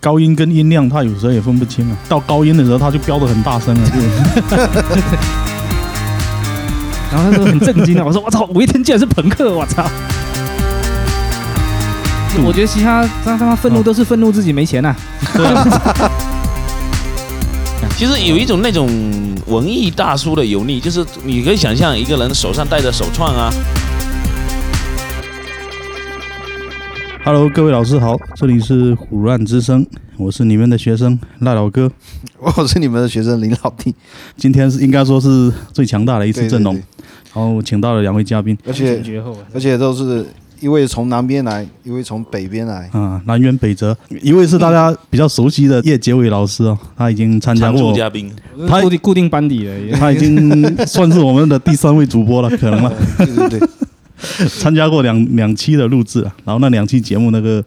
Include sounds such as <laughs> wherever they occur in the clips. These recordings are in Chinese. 高音跟音量，他有时候也分不清啊。到高音的时候，他就飙得很大声了，就然后他说很震惊啊， <laughs> 我说我操，五月天竟然是朋克，我操！嗯我觉得嘻哈他他妈愤怒都是愤怒自己没钱啊呐、其实有一种那种文艺大叔的油腻，就是你可以想象一个人手上戴着手串啊， <laughs> Hello，各位老师好，这里是虎乱之声，我是你们的学生赖老哥。 <laughs> 我是你们的学生林老弟，今天是应该说是最强大的一次对阵容，对然后请到了两位嘉宾对而解且决后啊而且都是一位从南边来，一位从北边 <laughs> 来。啊，南辕北辙。一位是大家比较熟悉的叶杰伟老师哦，他已经参加常驻过，嘉宾，我是固定固定班底了，也他已经算是我们的第三位主 <laughs> 播了，可能了，对对对，参加过两两期的录制啊，然后那两期节目那个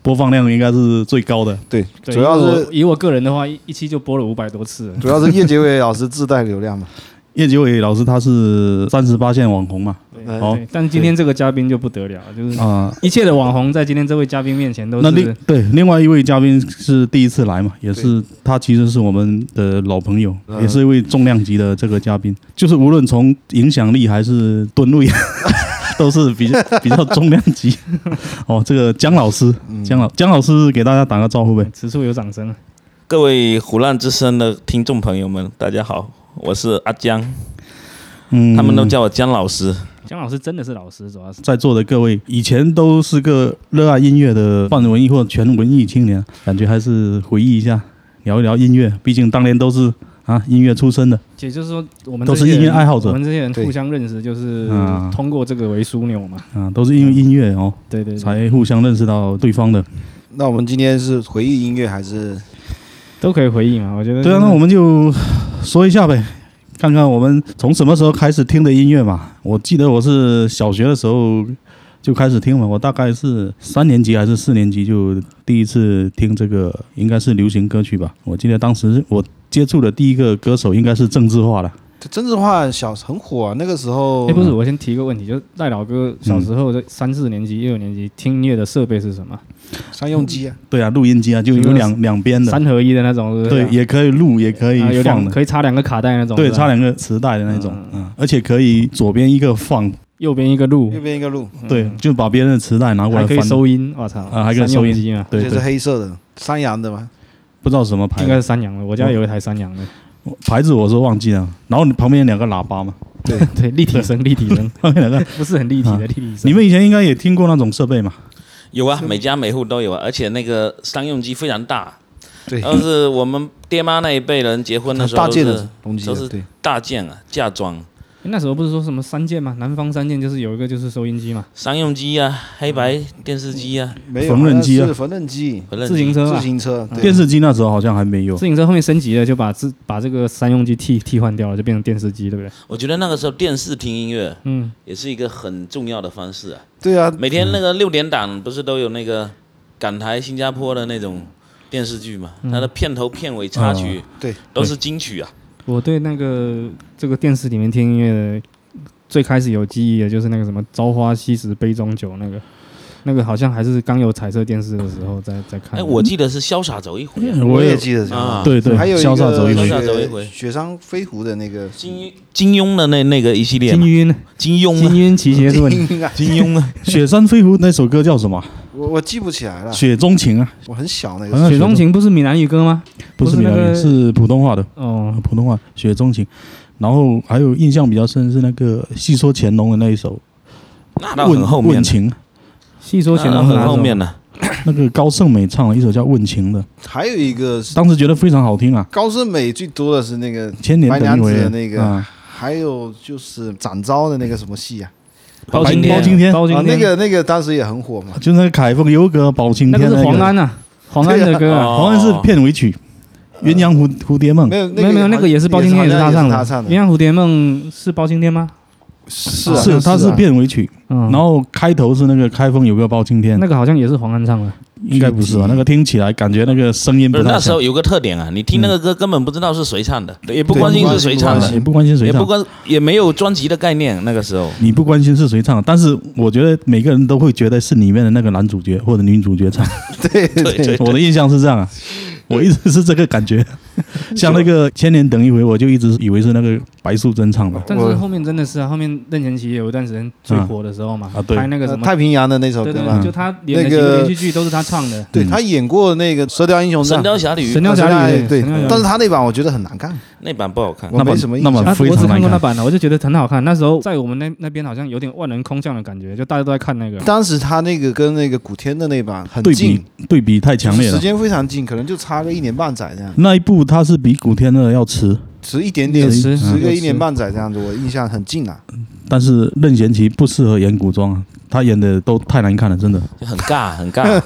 播放量应该是最高的。对主要因为是我以我个人的话，一一期就播了五百多次了，主要是叶杰伟老师自带流量嘛。叶杰伟老师他是三十八线网红嘛，对好对但今天这个嘉宾就不得了，就是啊、一切的网红在今天这位嘉宾面前都那是另对另外一位嘉宾是第一次来嘛，也是他其实是我们的老朋友，嗯也是一位重量级的这个嘉宾，就是无论从影响力还是吨位， <laughs> 都是比较 <laughs> 比较重量级。哦，这个姜老师，姜老姜老师给大家打个招呼呗。此处有掌声啊，各位虎浪之声的听众朋友们，大家好，我是阿江，嗯，他们都叫我姜老师。姜老师真的是老师，主要是在座的各位，以前都是个热爱音乐的半文艺或全文艺青年，感觉还是回忆一下，聊一聊音乐，毕竟当年都是啊音乐出身的。也就是说我们都是这些人音乐爱好者我们这些人对互相认识就是嗯通过这个为枢纽嘛，啊，都是因为音乐哦，对对对，才互相认识到对方的。那我们今天是回忆音乐还是都可以回忆嘛，我觉得对啊，就是那我们就说一下呗，看看我们从什么时候开始听的音乐嘛。我记得我是小学的时候就开始听嘛，我大概是三年级还是四年级就第一次听这个，应该是流行歌曲吧。我记得当时我接触的第一个歌手应该是郑智化了。郑智化小很火啊？那个时候嗯哎，不是，我先提一个问题，就是赖老哥小时候在三四年级、一六年级听音乐的设备是什么？商用机啊，对啊，录音机啊，就就是有两两边的，三合一的那种，是不对是，也可以录，也可以啊啊有放两的，可以插两个卡带那种，对，是吧插两个磁带的那种嗯，嗯，而且可以左边一个放，右边一个路右，边一个路，对，就把别人的磁带拿过来嗯还可以啊翻。收音，我操，啊还可以三收用音机嘛，而对且是对，黑色的，三洋的嘛。不知道什么牌应子该是三洋的，我家有一台三洋的，嗯牌子，我是忘记了。然后你旁边两个喇叭嘛， <laughs> 对，立体声，立体声，旁边两个。不是很立体的啊立体声。你们以前应该也听过那种设备嘛？有啊，每家每户都有啊，而且那个商用机非常大。对，要是我们爹妈那一辈人结婚的时候大都件是的容积都的，是对，大件啊，嫁妆、那时候不是说什么三件吗？南方三件就是有一个就是收音机嘛，商用机啊，黑白电视机啊，没有缝纫那机啊是缝纫机，不认自行车嗯自嘛，行车，对电视机那时候好像还没有自。行车后面升级了，就把自把这个三用机替替换掉了，就变成电视机，对不对？我觉得那个时候电视听音乐嗯，也是一个很重要的方式啊。对啊，每天那个六点档不是都有那个港台新加坡的那种电视剧嘛？它的片头、片尾、插曲对，都是金曲啊。我对那个这个电视里面听音乐的最开始有记忆的就是那个什么《朝花夕拾杯中酒》那个，那个好像还是刚有彩色电视的时候在在看。哎，我记得是潇洒走一回啊、我也记得这个啊对对，还有一潇洒走一个潇回洒走一回雪雪山飞狐的那个金金庸的那那个一系列金嘛，晕，金庸金啊，晕奇邪 <laughs> 论， <laughs> 啊，金庸啊， <laughs> 雪山飞狐那首歌叫什么？我我记不起来了，雪中情啊，我很小那个好时像候，雪中情不是闽南语歌吗？不是闽南不是那语，个是普通话的，哦啊，普通话雪中情。然后还有印象比较深是那个戏说乾隆的那一首那到《问很后面问的，情》，戏说乾那到隆是很哪呃后首？面了。那个高胜美唱了一首叫《问情》的，还有一个是当时觉得非常好听啊。高胜美最多的是那个，千年白等一娘子回的那个啊，还有就是展昭的那个什么戏啊，包白青包天，青天，包青啊那天，个那个当时也很火嘛，就那个凯风游歌包青那天个是那黄个安呐，黄安的歌啊。哦黄安是片尾曲，《鸳鸯蝴蝴蝶梦没》有那嗯没有没有，那个也是包青天，也也是他唱的。他唱鸳鸯蝴蝶梦是包青天吗？是是啊它是啊片尾曲，嗯，然后开头是那个开封有个包青天那，个好像也是黄安唱的。应该不是啊吧？那个听起来感觉那个声音不不是太那时像，候有个特点啊，你听那个歌根本不知道是谁唱的，也不关心是谁唱的不关，也不关心谁也不唱，关也没有专辑的概念。那个时候，你不关心是谁唱，但是我觉得每个人都会觉得是里面的那个男主角或者女主角唱。对对对我的印象是这样啊，我一直是这个感觉。像那个《千年等一回》，我就一直以为是那个白素贞唱的。但我是后面真的是啊，后面任贤齐有一段时间最火的时候嘛，啊对拍那个什呃么，太平洋的那首对歌对嘛对，，就他演的几那个个连续剧都是他唱的，对嗯他演过那个《射雕英雄《神传》，呃雕侠侣神》雕侠侣对神雕侠侣，但是他那版我觉得很难看，嗯那版不好看，那我么没什么印那象么啊，非我只常看难过那看。版的，我就觉得很好看。那时候在我们那那边好像有点万人空巷的感觉，就大家都在看那个。当时他那个跟那个古天的那版很对近比，对比太强烈时了。间非常近，可能就差个一年半载这样，那一部它是比古天乐要迟，迟一点点，有迟迟个有一年迟哎半载这样子，我印象很近啊。但是任贤齐不适合演古装啊，他演的都太难看了，真的。就很尬，很尬。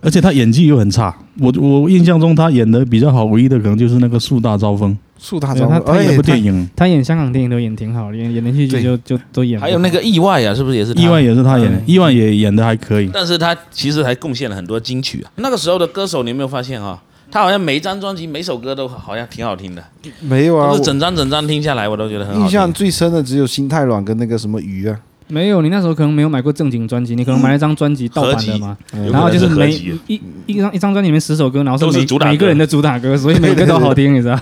而且他演技又很差，我我印象中他演的比较好，唯一的可能就是那个《树大招风树大对招他》风，哎那部电他影，他演香港电影都演挺好的，演演连续剧对就就都演不好。还有那个意外啊，是不是也是他意外？也是他演的，意外也演的还可以。但是他其实还贡献了很多金曲啊。那个时候的歌手，你有没有发现啊？他好像每一张专辑、每首歌都好像挺好听的，没有啊，就是我整张整张听下来，我都觉得很好印象听。最深的只有心太软跟那个什么鱼啊，没有，你那时候可能没有买过正经专辑，你可能买了一张专辑盗版的嘛，嗯然后就是每合集一一一张一张专辑里面十首歌，然后都是每主打歌每个人的主打歌，所以每个都好听，你 <laughs> 知道？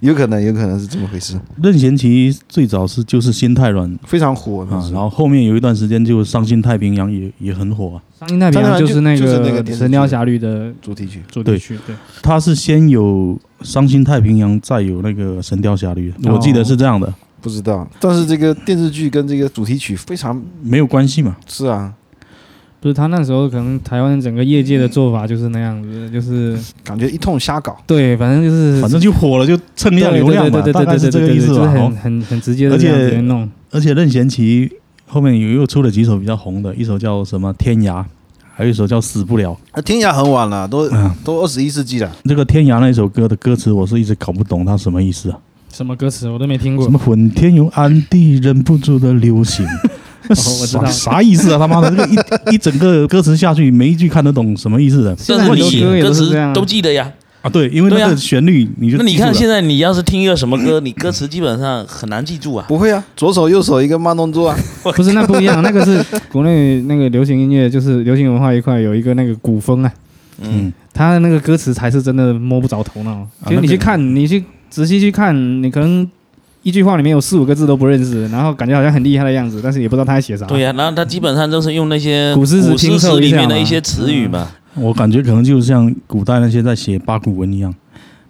有可能有可能是这么回事，任贤齐最早是就是《心太软》非常火啊嗯那，时然候。后后面有一段时间就《伤心太平洋》也也很火啊。张英那边啊张英那边就就是那就是那个个电视《剧神雕侠侣》的主题曲，主题曲，对，他是先有《伤心太平洋》，再有那个《神雕侠侣》，我记得是这样的，不知道，但是这个电视剧跟这个主题曲非常没有关系嘛。是啊，不是他那时候可能台湾整个业界的做法就是那样 <laughs> 子，就是感觉一通瞎搞。对，反正就是反正就火了，就蹭一下流量嘛，对大对对概对是对这对个对意对，就思是吧。很哦很很直接的而且这样直接弄。而且任贤齐后面有又出了几首比较红的，一首叫什么《天涯》，还有一首叫《死不了》。啊，天涯很晚了，都嗯都二十一世纪了，这个《天涯》那首歌的歌词，我是一直搞不懂它什么意思啊？什么歌词我都没听过什。么混天又安地，忍不住的流行。那 <laughs> 哦我知道啥啥意思啊？他妈的，这个一一整个歌词下去，没一句看得懂什么意思的现但在是很多你歌也歌都是词这样啊，都记得呀。啊！对，因为对那啊个旋律，你就那你记住看了现在，你要是听一个什么歌，你歌词基本上很难记住啊。不会啊，左手右手一个慢动作啊，不是那不一样，那个是 <laughs> 国内那个流行音乐，就是流行文化一块有一个那个古风啊，嗯，它的那个歌词才是真的摸不着头脑。啊就是你去那个看，你去仔细去看，你可能一句话里面有四五个字都不认识，然后感觉好像很厉害的样子，但是也不知道他在嗯写啥。对呀、然后他基本上都是用那些古诗词古诗拼词凑一里下面的啊嘛一些词语嘛。我感觉可能就像古代那些在写八股文一样，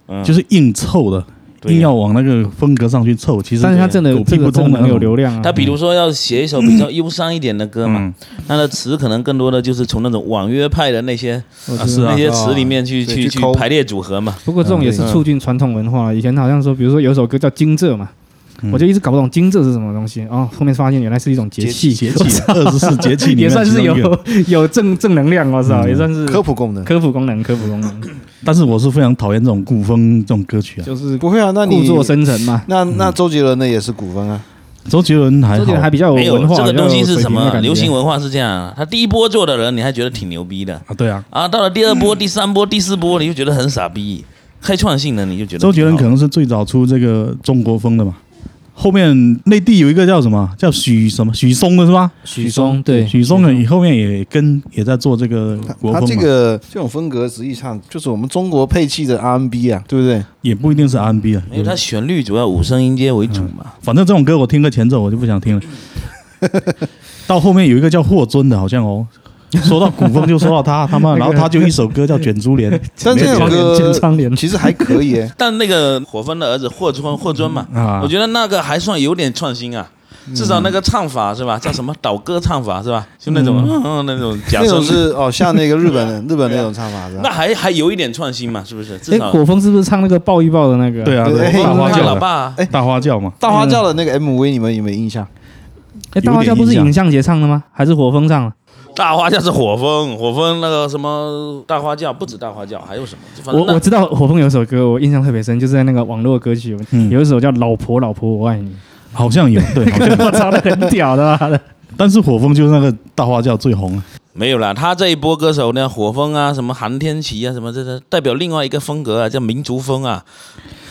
嗯，啊就是硬凑的，对呀硬要往那个风格上去凑。其实但是他真的狗屁这个不真通的那很有种流量啊。他比如说要写一首比较忧伤一点的歌嗯嘛，他的词可能更多的就是从那种网约派的那些我啊知是道那些词里面去对去去抠排列组合嘛。不过嗯这种也是促进传统文化。以前好像说，比如说有首歌叫《惊蛰》嘛，嗯我就一直搞不懂“惊蛰”是什么东西。哦，后面发现原来是一种节气，节 <laughs> 气二十四节气 <laughs> 里面 <laughs> 也算是其中一个有 <laughs> 有正正能量，我操，嗯也算是科普功能。科普功能，科普功能但是我是非常讨厌这种古风这种歌曲啊。就是不会啊，那故你作深嗯沉嘛。那那周杰伦的也是古风啊， <laughs> 周杰伦还周杰伦好还比较有没有文化，这个比较东有西是水什平的么？感觉流行文化是这样啊，他第一波做的人，你还觉得挺牛逼的，啊，对啊，啊，到了第二波、第三波、第四波，你就觉得很傻逼。开创性的你就觉得周杰伦可挺好能是最早出这个中国风的嘛。后面内地有一个叫什么，叫许什么许嵩的是吧？许嵩对许嵩呢，后面也跟也在做这个国他风嘛，这个这种风格实际上就是我们中国配器的 R&B 啊，对不对？也不一定是 R&B 啊，因为它旋律主要五声音阶为主嘛。，反正这种歌我听个前奏我就不想听了。到后面有一个叫霍尊的，好像哦，说到古风就说到他他妈，然后他就一首歌叫《卷珠帘》，但这首没有歌建昌联其实还可 <laughs> 以耶但那个火风的儿子霍尊，霍尊嘛，啊我觉得那个还算有点创新啊。至少那个唱法是吧？叫什么倒歌唱法是吧？就那种嗯嗯那种假那声种，是哦，像那个日本 <laughs> 人日本那种唱法是那吧？还还有一点创新嘛？是不是？至哎，少果风是不是唱那个抱一抱的那个？对啊，对哎大花大轿老的爸啊，哎大花轿嘛，大花轿的那个 MV 你们有没有印象？哎，大花轿不是有点印象尹相杰唱的吗？还是火风唱的？大花轿是火风，火风那个什么大花轿，不止大花轿，还有什么？反正我那我知道火风有首歌，我印象特别深，就是在那个网络歌曲，嗯有一首叫《老婆老婆我爱你 <laughs> 好像有，对，好像》，有。我操，那很屌的妈的。但是火风就是那个大花轿最红了，啊没有啦，他这一波歌手呢，火风啊，什么韩天琪啊，什么这这代表另外一个风格啊，叫民族风啊，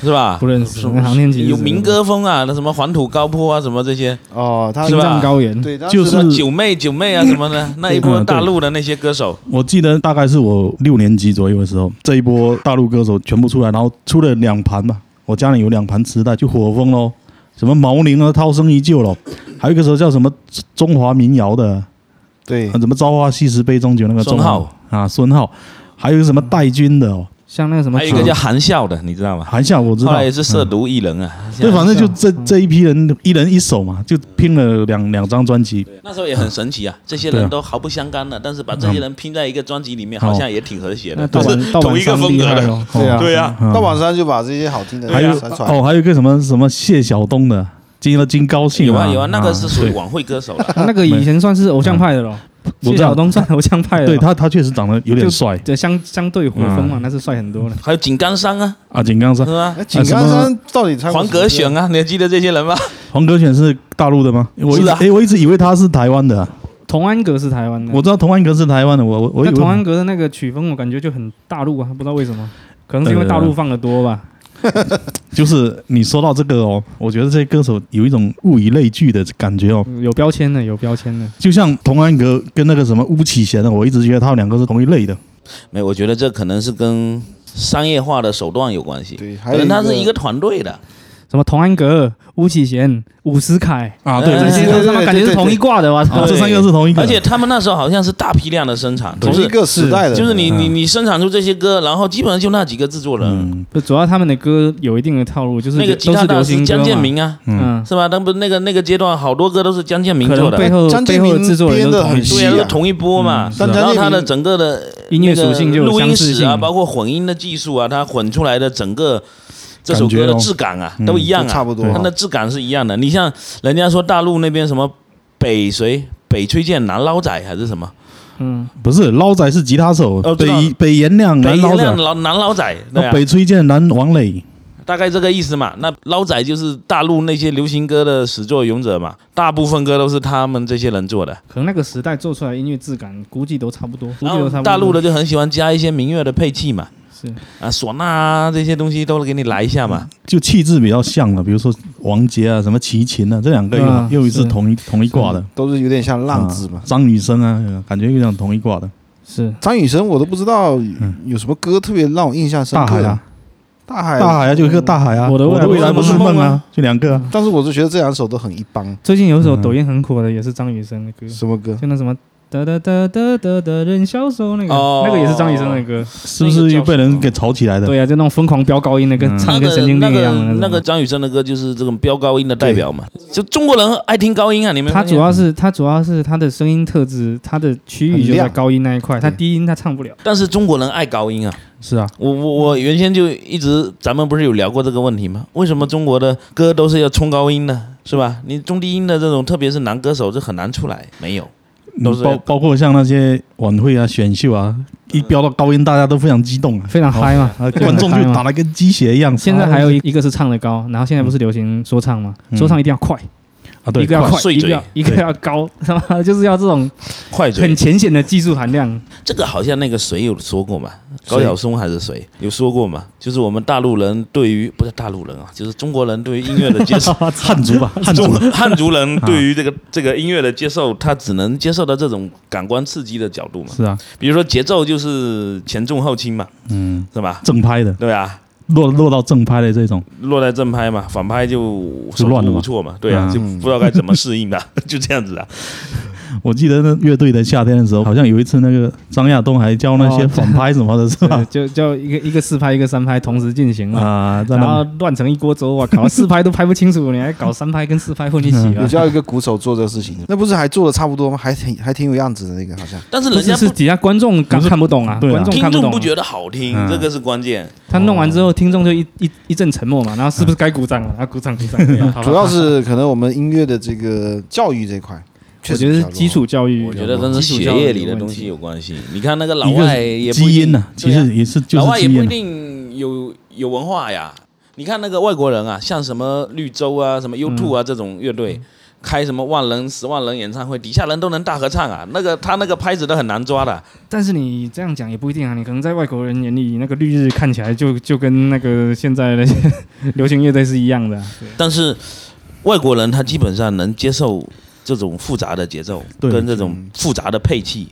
是吧？不认识什么那航天旗有是民歌风啊，那什么黄土高坡啊，什么这些，哦，他是青吧藏高原，对，当嗯时就他是九妹九妹啊什么的，那一波嗯对大陆的那些歌手，我记得大概是我六年级左右的时候，这一波大陆歌手全部出来，然后出了两盘吧。我家里有两盘磁带，就火风咯，什么毛宁啊、涛声依旧咯，还有一个时候叫什么中华民谣的，对啊，怎么朝花夕拾杯中酒那个孙钟浩啊，孙浩，还有一个什么戴军的哦，像那个什么还有一个草叫韩笑的，你知道吗？韩夏我知后道来，也是涉毒艺人啊，对，反正就这嗯这一批人一人一首嘛，就拼了两两张专辑，那时候也很神奇啊，这些对啊人都毫不相干的，但是把这些人拼在一个专辑里面，好像也挺和谐那的，盗都 <laughs> 版是哎盗版同一个商风厉格害的。哦，对啊，对呀，嗯到晚上就把这些好听的还有传传。哦，还有一个什么什么谢晓东的，今了今高兴有啊有啊，那个是属于对晚会歌手了。 <laughs> <laughs> 那个以前算是偶像派的咯，我谢知道晓东算偶像派的咯，对他，他确实长得有点就帅这相相对火风嗯嘛，那是帅很多的。还有井冈山啊，啊。井冈是山，吧？那哎井冈山到底唱过黄什么歌格选啊，你还记得这些人吗？黄格选是大陆的吗？我一是直啊诶我一直以为他是台湾的啊，童安格是台嗯湾的，我知道童安格是台湾的，我我我以那童安为格的那个曲风我感觉就很大陆啊，不知道为什么，可能是因为对对对大陆放的多吧。就是你说到这个哦，我觉得这些歌手有一种物以类聚的感觉哦，有标签的，有标签的。就像童安格跟那个什么巫启贤的，啊我一直觉得他们两个是同一类的。没，我觉得这可能是跟商业化的手段有关系。对，还可有能他是一个团队的，什么童安格、巫启贤、伍思凯，啊对这对些对都他妈对感觉对是同一挂的哇！对啊，这三个是同一个，而且他们那时候好像是大批量的生产，同就一是个时代的，就是你嗯你你生产出这些歌，然后基本上就那几个制作人，嗯不主要他们的歌有一定的套路，就是那个吉都他是大流师行江歌建嘛。明啊，嗯，是吧？那不那个那个阶段好多歌都是江建明可做能的，背后江建背明后的制作人编都得是同很一细批对啊呀，都同一波嘛嗯。但然江后建他的明整个的音乐属性就有录相音似室性啊，包括混音的技术啊，它混出来的整个这首歌的质感啊，嗯感觉哦都一样都啊，差不多它的质感是一样的。你像人家说大陆那边什么北谁北崔健南捞仔还是什么嗯，不是捞仔是吉他手，哦知道北北岩亮北男捞亮仔，老南捞仔，哦对啊北崔健男王磊，大概这个意思嘛。那捞仔就是大陆那些流行歌的始作俑者嘛，大部分歌都是他们这些人做的。可能那个时代做出来的音乐质感估计都差不多，估然计都差不后多。大陆的就很喜欢加一些民乐的配器嘛，是啊，唢呐啊这些东西都给你来一下嘛。就气质比较像了，比如说王杰啊，什么齐秦啊，这两个又、啊又是是同一同一挂的。嗯都是有点像浪子嘛啊。张雨生啊，感觉有点同一挂的。是张雨生我都不知道有什么歌特别让我印象深大刻海的啊，，大海，大海啊，就一个大海啊，我的未来未来不不是是梦梦啊啊，就两个啊。但是我是觉得这两首都很一般。最近有一首嗯抖音很火的，也是张雨生的歌，什么歌？就那什么。哒哒哒哒哒哒，任小手那个，哦那个也是张雨生的歌。是不是又被人给炒起来的？对啊呀，就那种疯狂飙高音的，跟嗯唱得跟神经那病一个样的那个种那个张雨生的歌就是这种飙高音的代表嘛，就中国人爱听高音啊，你们他主要是他主要是他的声音特质，他的区域就很在亮高音那一块，他对低音他唱不了。但是中国人爱高音啊，是啊，我我我原先就一直咱们不是有聊过这个问题吗？为什么中国的歌都是要冲高音的，是吧？你中低音的这种，特别是男歌手，这很难出来，没有。都是包包括像那些晚会啊、选秀啊，一飙到高音，大家都非常激动啊，非常嗨嘛啊非常观众就嗨嘛打得跟鸡血一样。现在还有一一个是唱的高，然后现在不是流行说唱嘛，嗯说唱一定要快，啊，对一，个要快，快一个要一个要高，他妈 <laughs> 就是要这种快嘴很，浅显的技术含量。这个好像那个谁有说过嘛？谁，高晓松还是谁有说过嘛？就是我们大陆人对于不是大陆人啊，就是中国人对于音乐的接受汉族吧，汉族中汉族人对于这个这个音乐的接受，他只能接受到这种感官刺激的角度嘛。是啊，比如说节奏就是前重后轻嘛，嗯，是吧？正拍的对啊，落落到正拍的这种，落在正拍嘛，反拍就就手乱了足嘛无措嘛，对啊，嗯就不知道该怎么适应了， <laughs> 就这样子啊。我记得那乐队的夏天的时候，好像有一次那个张亚东还教那些哦反拍什么的，是吧？ <laughs> 对，就就一个一个四拍，一个三拍同时进行嘛，啊，在然那后乱成一锅粥。我靠，四拍都拍不清楚，你还搞三拍跟四拍混一起有啊？叫一个鼓手做这个事情，那不是还做的差不多吗？还挺还挺有样子的那个，好像但是不人是家是不底下观众刚看不懂啊，对啊观众听看众懂不啊。觉得好听嗯，这个是关键。他弄完之后，听众就一一一阵沉默嘛，然后是不是该鼓掌嗯了？啊然后鼓掌鼓掌。好吧主要是可能我们音乐的这个教育这一块，确我实觉比得较弱基础教育，我觉得跟嗯基础血教育液里的问东题西啊有关系。你看那个老一个外也不一定基因呢，其对啊实也是就老外是也基不因一啊，定有有嗯文化呀。你看那个外国人啊，像什么绿洲啊、什么 U Two 啊、这种乐队，开什么万人、十万人演唱会，底下人都能大合唱啊。那个他那个拍子都很难抓的，但是你这样讲也不一定啊，你可能在外国人眼里，那个绿日看起来就就跟那个现在的 <laughs> 流行乐队是一样的啊、但是外国人他基本上能接受这种复杂的节奏对跟这种复杂的配器。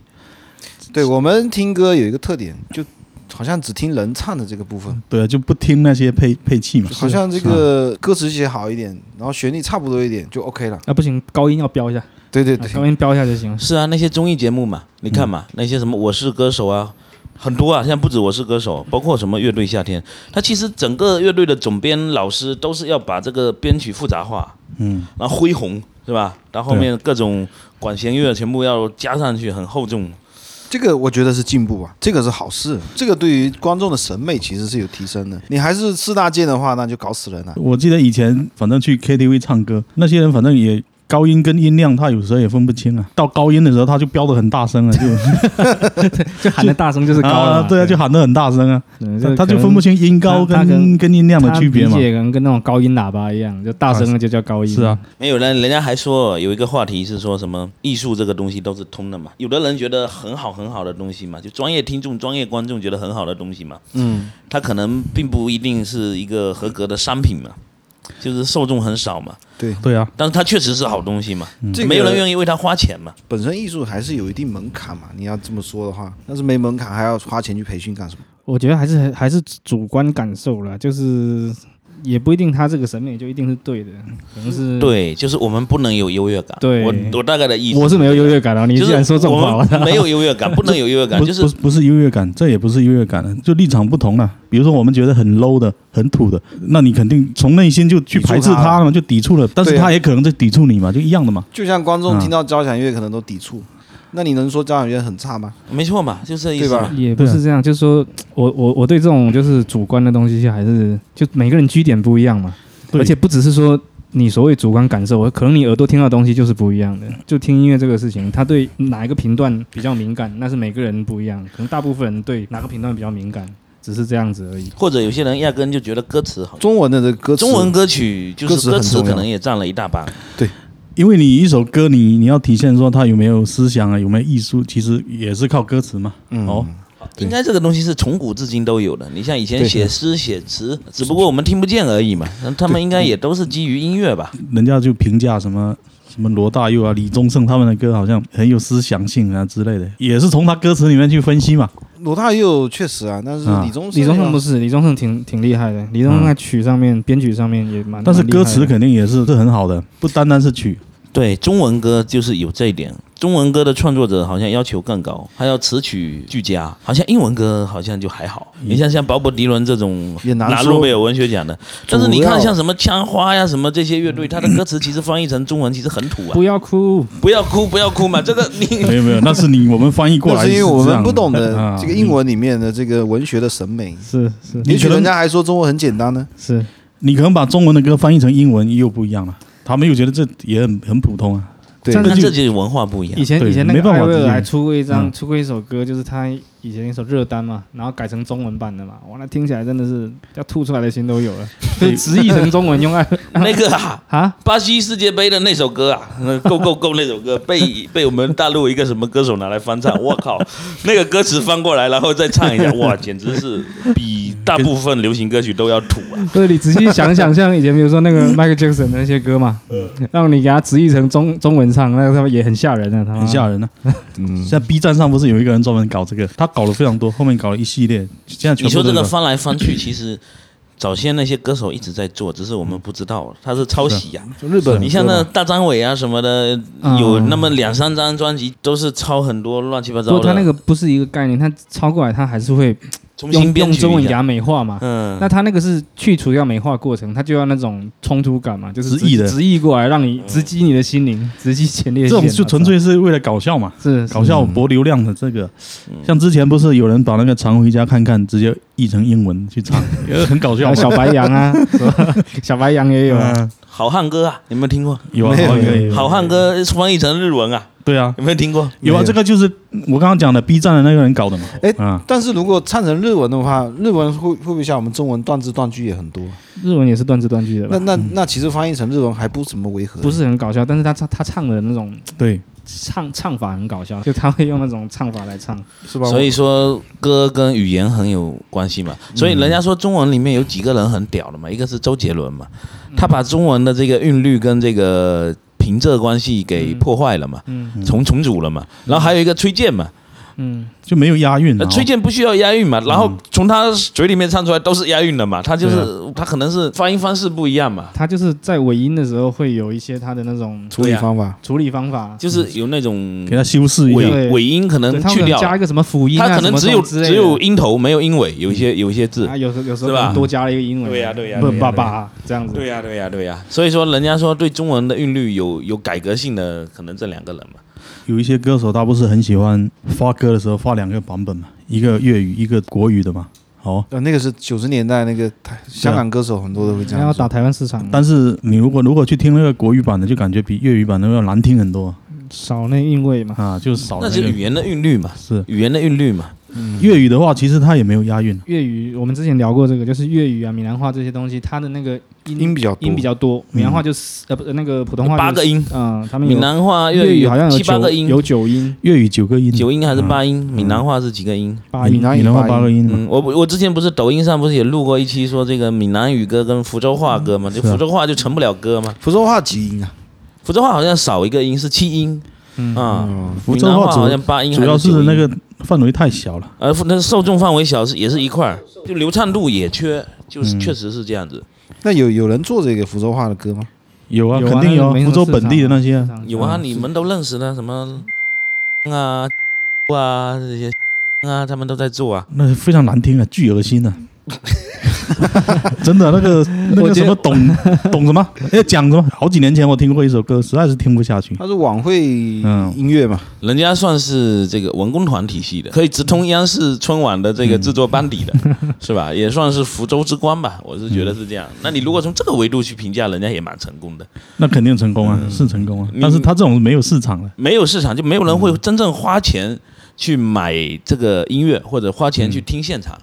对我们听歌有一个特点，就好像只听人唱的这个部分，对啊，就不听那些配配器嘛，啊好像这个歌词写好一点，然后旋律差不多一点就 OK 了。啊，不行，高音要飙一下，对对啊对，高音飙一下就行了。是啊，那些综艺节目嘛，你看嗯嘛，那些什么《我是歌手》啊，很多啊，现在不止《我是歌手》，包括什么乐队夏天，他其实整个乐队的总编老师都是要把这个编曲复杂化，嗯，然后恢宏是吧？到后面各种管弦乐全部要加上去，很厚重。这个我觉得是进步啊，这个是好事，这个对于观众的审美其实是有提升的。你还是四大件的话，那就搞死人了。我记得以前反正去 KTV 唱歌，那些人反正也高音跟音量，他有时候也分不清啊。到高音的时候，他就飙得很大声啊，就就喊的大声就是高了啊，嘛、对啊，就喊得很大声啊，对他就他可就能分不清音高他他可能跟跟音量的区别他嘛理。解可能跟那种高音喇叭一样，就大声的就叫高音。是啊，没有人，人家还说有一个话题是说什么艺术这个东西都是通的嘛，有的人觉得很好很好的东西嘛，就专业听众、专业观众觉得很好的东西嘛，嗯，它可能并不一定是一个合格的商品嘛，就是受众很少嘛，对，对啊，但是它确实是好东西嘛，这个没有人愿意为它花钱嘛。本身艺术还是有一定门槛嘛。你要这么说的话，要是没门槛，还要花钱去培训干什么？我觉得还是还是主观感受啦，就是也不一定他这个审美就一定是对的，可能是。对，就是我们不能有优越感。嗯对我我大概的意思，我是没有优越感啊的，你就居是然说这种话，我我操 <laughs> 们没有优越感，不能有优越感，不就是是不是不是优越感，这也不是优越感，就立场不同了。比如说我们觉得很 low 的、很土的，那你肯定从内心就去排斥抵触他他了嘛，就抵触了。但是对啊他也可能在抵触你嘛，就一样的嘛。就像观众嗯听到交响乐可能都抵触，那你能说交响乐很差吗？没错嘛，就是这意思对嘛吧。啊也不是这样，就是说我我我对这种就是主观的东西还是就每个人居点不一样嘛，对而且不只是说你所谓主观感受，可能你耳朵听到的东西就是不一样的。就听音乐这个事情，他对哪一个频段比较敏感，那是每个人不一样，可能大部分人对哪个频段比较敏感，只是这样子而已。或者有些人压根就觉得歌词好，中文的这个歌词，中文歌曲就歌是词歌很词重要可能也占了一大半。因为你一首歌你，你要体现说他有没有思想啊，有没有艺术，其实也是靠歌词嘛。嗯哦，应该这个东西是从古至今都有的。你像以前对写诗写词，只不过我们听不见而已嘛。那他们应该也都是基于音乐吧？人家就评价什么什么罗大佑啊、李宗盛他们的歌好像很有思想性啊之类的，也是从他歌词里面去分析嘛。罗大佑确实啊，但是啊李宗盛李宗盛不啊是，李宗盛挺挺厉害的，李宗盛在曲上面、编曲上面也蛮，但是蛮厉害歌的词肯定也是是很好的，不单单是曲。对，中文歌就是有这一点。中文歌的创作者好像要求更高，还要词曲俱佳。好像英文歌好像就还好。你像像鲍勃迪伦这种嗯也难拿说诺贝尔文学奖的，但是你主看要像什么枪花呀、什么这些乐队，它的歌词其实翻译成中文其实很土啊不。要哭，不要哭，不要哭嘛，这个 <laughs> <laughs> 你没有没有，那是你我们翻译过那来，是因为我这们样不懂啊的这个英文里面的这个文学的审美，是是你也可许能人家还说中文很简单呢。是，你，你可能把中文的歌翻译成英文又不一样了，他们又觉得这也很很普通啊。对这，样那就这就是文化不一 <laughs> 样以。前对以前那没个办艾法薇理儿解还出过一张、嗯出过一首歌，就是他以前一首热单嘛，然后改成中文版的嘛，哇，那听起来真的是要吐出来的心都有 <laughs> 了，就是直译成中文用艾那个啊，啊，巴西世界杯的那首歌啊，那《Go Go Go》那首歌 <laughs> 被被我们大陆一个什么歌手拿来翻唱，我靠， <laughs> 那个歌词翻过来然后再唱 <laughs> 一下，哇，简直是比大部分流行歌曲都要土啊！对你仔细想想，像以前比如说 <laughs> 那个 Michael Jackson 的那些歌嘛，嗯让你给他直译成中中文唱，那个他们也很吓人啊，他妈很吓人呢、 <laughs> 嗯现，在 B 站上不是有一个人专门搞这个，他搞了非常多，后面搞了一系列，现在全部你说都这有个翻来翻去，其实早先那些歌手一直在做，只是我们不知道，他是抄袭呀、啊就日啊本，你像那大张伟啊什么的，有嗯那么两三张专辑都是抄很多乱七八不过糟他的，那个不是一个概念，他抄过来他还是会重用新用编曲中文一给下。他美化嘛，嗯，那他那个是去除掉美化过程，他就要那种冲突感嘛，就是直译的直译过来，让你直击你的心灵，直击前列这腺。种就纯我粹是为了搞笑嘛，操是搞笑博流量的这个。嗯像之前不是有人把那个《常回家看看》直接译成英文去 <laughs> 唱，也很搞笑嘛。小小白羊啊，是吧小白羊也有啊，嗯好汉歌啊，有没有听过？有啊，没有好像没有有好汉歌翻译成日文啊，对啊，有没有听过？有啊，没有这个就是我刚刚讲的 B 站的那个人搞的嘛。哎啊，但是如果唱成日文的话，日文会会不会像我们中文断字断句也很多？日文也是断字断句的那吧？那那其实翻译成日文还不怎么违和，不是很搞笑，但是他唱他唱的那种对，唱唱法很搞笑，就他会用那种唱法来唱。是吧？所以说歌跟语言很有关系嘛，所以人家说中文里面有几个人很屌的嘛，一个是周杰伦嘛，他把中文的这个韵律跟这个平仄关系给破坏了嘛，嗯重重组了嘛，然后还有一个崔健嘛，嗯，就没有押韵呃啊。崔健不需要押韵嘛，然后从他嘴里面唱出来都是押韵的嘛，他就是他可能是发音方式不一样嘛，他就是在尾音的时候会有一些他的那种处理方法，处理方法，就是有那种给他修饰一下，对尾尾音可能对他去们掉，加一个什么辅音啊，他可能什只么什有么之类的只有音头没有音尾，有一些有一些字啊，，有时候有时候是吧可能多加了一个英文，对呀对呀不对呀爸爸这样子，对呀、对呀、对呀、所以说，人家说对中文的韵律有有改革性的，可能这两个人嘛。有一些歌手他不是很喜欢发歌的时候发两个版本嘛，一个粤语，一个国语的嘛。哦，呃，那个是九十年代那个台啊香港歌手很多都会这然后样要做，打台湾市场，但是你如果如果去听那个国语版的，就感觉比粤语版的要难听很多少那韵味嘛。啊，就少了那那是个语言嗯的韵律嘛，是语言的韵律嘛。粤语的话，其实它也没有押韵，啊粤语我们之前聊过这个，就是粤语啊、闽南话这些东西，它的那个嗯音音比较多音比较多，闽南话就是呃不那个普通话八个音，音，嗯，他们有闽南话、粤语好像有七八九个音，有嗯九音、粤语九个音，九音还是八音？闽南话是几个音？八闽音，闽南话八个音嘛。嗯，我我之前不是抖音上不是也录过一期说这个闽南语歌跟福州话歌嘛？就是啊福州话就成不了歌嘛。福州话几音啊？福州话好像少一个音是七音，嗯啊，福闽州南话话好像主八音还主要九是音那个范围太小了，呃，那受众范围小是也是一块儿，就流畅度也缺，就是确实是这样子。那有有人做这个福州话的歌吗？嗯有啊，有啊肯定有啊那个没什福么州本地的那些市啊，场有啊，嗯你们都认识的什么啊啊这些啊，他们都在做啊。那非常难听啊， <laughs> 巨恶心的。真的，那个 <laughs> 那我个什觉得么懂 <laughs> 懂什么，哎，讲什么？好几年前我听过一首歌，实在是听不下 <laughs> 去。它是晚会嗯音乐嘛，人家算是这个文工团体系的，可以直通央视春晚的这个制作班底的， <laughs> 是吧？也算是福州之光吧，我是觉得是这样。那你如果从这个维度去评价，人家也蛮成功的。那肯定成功嗯啊，是成功啊。你但是他这种没有市场了，啊没有市场，就没有人会真正花钱去买这个音乐，或者花钱去听现场。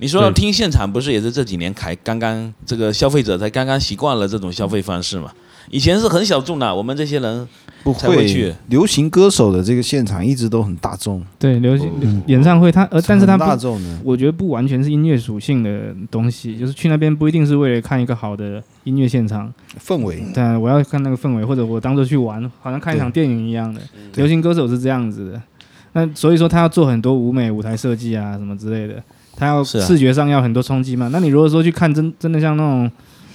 你说到对听现场，不是也是这几年才刚刚这个消费者才刚刚习惯了这种消费方式嘛？以前是很小众的，我们这些人不才会去。流行歌手的这个现场一直都很大众，对流哦行演唱会，它呃，但是它很不大众的。我觉得不完全是音乐属性的东西，就是去那边不一定是为了看一个好的音乐现场，氛围，但我要看那个氛围，或者我当做去玩，好像看一场电影一样的。对流行歌手是这样子的，那所以说他要做很多舞美、舞台设计啊什么之类的，他要是啊视觉上要很多冲击嘛。那你如果说去看真真的像那种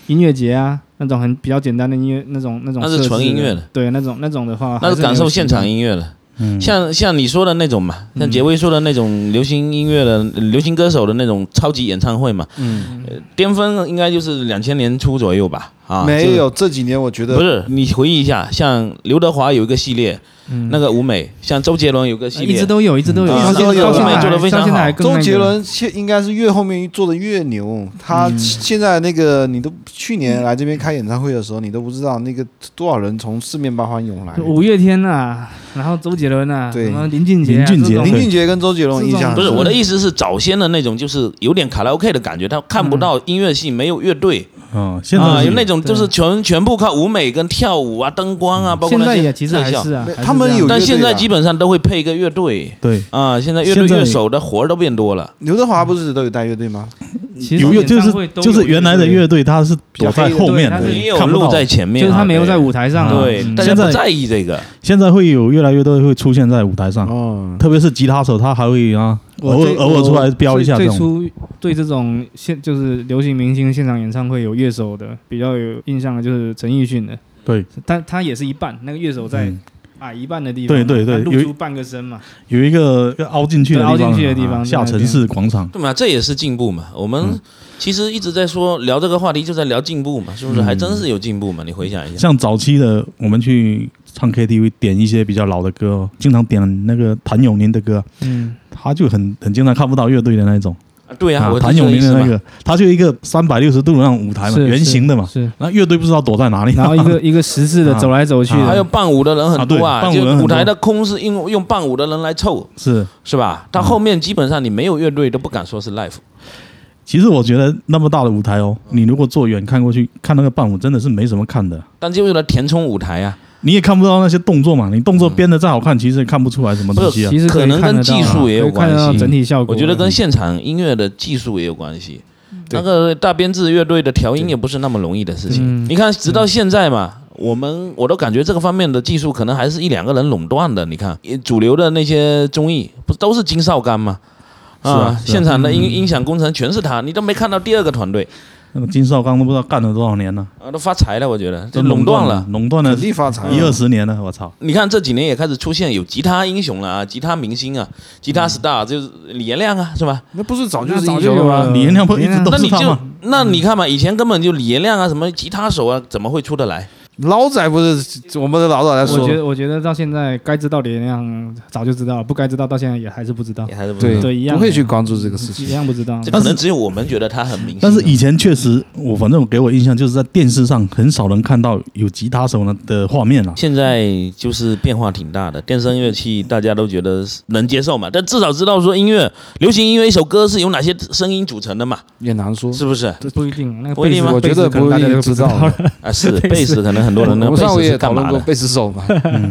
音乐节啊，那种很比较简单的音乐那种那种那设置是的，纯音乐的对那种那种的话，啊那还是是感受很有喜现场感音乐的，嗯，像像你说的那种嘛，像杰威说的那种流行音乐的、流行歌手的那种超级演唱会嘛，呃嗯，巅峰应该就是两千年初左右吧？啊，没有这几年，我觉不得是，你回忆一下，像刘德华有一个系列，嗯呃那个舞美，像周杰伦有个系一列，啊直都有，一直都有，嗯到现一直都在有到现在他们做得非还常到现在好还更那周个杰伦现应该是越后面做的越牛。他嗯现在那个你都去年来这边开演唱会的时候，你都不知道那个多少人从四面八方涌来。五月天啊，然后周杰伦啊，对什么林俊杰、林啊，俊杰这种林俊杰跟周杰伦印象不很嗯是深我的意思是早先的那种，就是有点卡拉 OK 的感觉，他看不嗯到音乐性，没有乐队啊，现在啊，是有那种对嗯就是全全部靠舞美跟跳舞啊、灯光啊，包括现那在也些其实特还效是。啊没，还是他们这样有但乐队现在啊基本上都会配一个乐队对，啊，现在乐队现在乐手的活儿都变多了。刘德华不是都有带乐队吗？嗯其实有乐演唱就是会都有就是原来的乐队，他是躲在后面比较黑的对他的是也，有看不路到。在前面啊，就是他没有在对舞台上啊，对，嗯大家现不在在意这个。现在会有越来越多会出现在舞台嗯上，哦，特别是吉他手，他还会啊，嗯我偶尔最偶尔出来飙一下最这最种。初对这种现就是流行明星现场演唱会有乐手的比较有印象的就是陈奕迅的，对，但他也是一半，那个乐手在嗯矮一半的地方，对对对他露有一出半个身嘛，有一个要凹进去的地对方啊，凹进去的地方啊在下那边沉式广场。对嘛，这也是进步嘛。我嗯们其实一直在说聊这个话题，就在聊进步嘛，是不是？嗯还真是有进步嘛？你回想一下，像早期的，我们去唱 KTV 点一些比较老的歌、哦，经常点那个谭咏麟的歌，嗯，他就很很经常看不到乐队的那种。啊对呀，啊我谭咏麟的那个个，他就一个三百六十度的那种舞台嘛，是圆形的嘛，是， <laughs> 那乐队不知道躲在哪 <laughs> 里。<laughs> 然后一个一个十字的啊走来走去的，还有伴舞的人很多啊，啊对就伴舞人很多舞台的空是用用伴舞的人来凑，是嗯是吧？到后面基本上你没有乐队都不敢说是 live，其实我觉得那么大的舞台哦，你如果坐远看过去看那个伴舞，真的是没什么看的。但就为了填充舞台啊，你也看不到那些动作嘛，你动作编的再好看，其实也看不出来什么东西啊其。实以可能看得跟技到啊术也有可以看得关到系整体效果。啊我觉得跟现场音乐的技术也有关系。对嗯那个大编制乐队的调音也不是那么容易的事情嗯。你看，直到现在嘛，我们我都感觉这个方面的技术可能还是一两个人垄断的。你看，也主流的那些综艺不都是金少刚吗？是啊是啊现场的音音响工程全是他，你都没看到第二个团队那个金少刚都不知道干了多少年了，啊，都发财了，我觉得都就垄断了。，垄断了肯定发财啊一二十年了，我操！你看这几年也开始出现有吉他英雄了啊，吉他明星啊，吉嗯他 star 就是李延亮啊，是啊吧？那不是早就是那早英就雄有吗？了李延亮不一直都 <laughs> 那是你他就吗？那你看嘛，以前根本就李延亮啊，什么吉他手啊，怎么会出得来？老仔不是我们的老早在我觉说，得，我觉得到现在该知道的那样早就知道了，不该知道到现在也还是不知道也，还是不对知道哦对一样嗯不会去关注这个事一情。样不知道。这但可是能只有我们觉得他很明星啊。但是以前确实，我反正我给我印象就是在电视上很少能看到有吉他手呢的画面啊了。现在就是变化挺大的，电声乐器大家都觉得是能接受嘛，但至少知道说音乐，流行音乐一首歌是由哪些声音组成的嘛，也难说，是不是？不一定，那个不一贝定斯吗我觉得贝斯可能不一大家定就知知道道了。啊，是贝斯，可能很多人我呢，们贝上斯回是也干讨论嘛过的？贝斯手嘛， <laughs>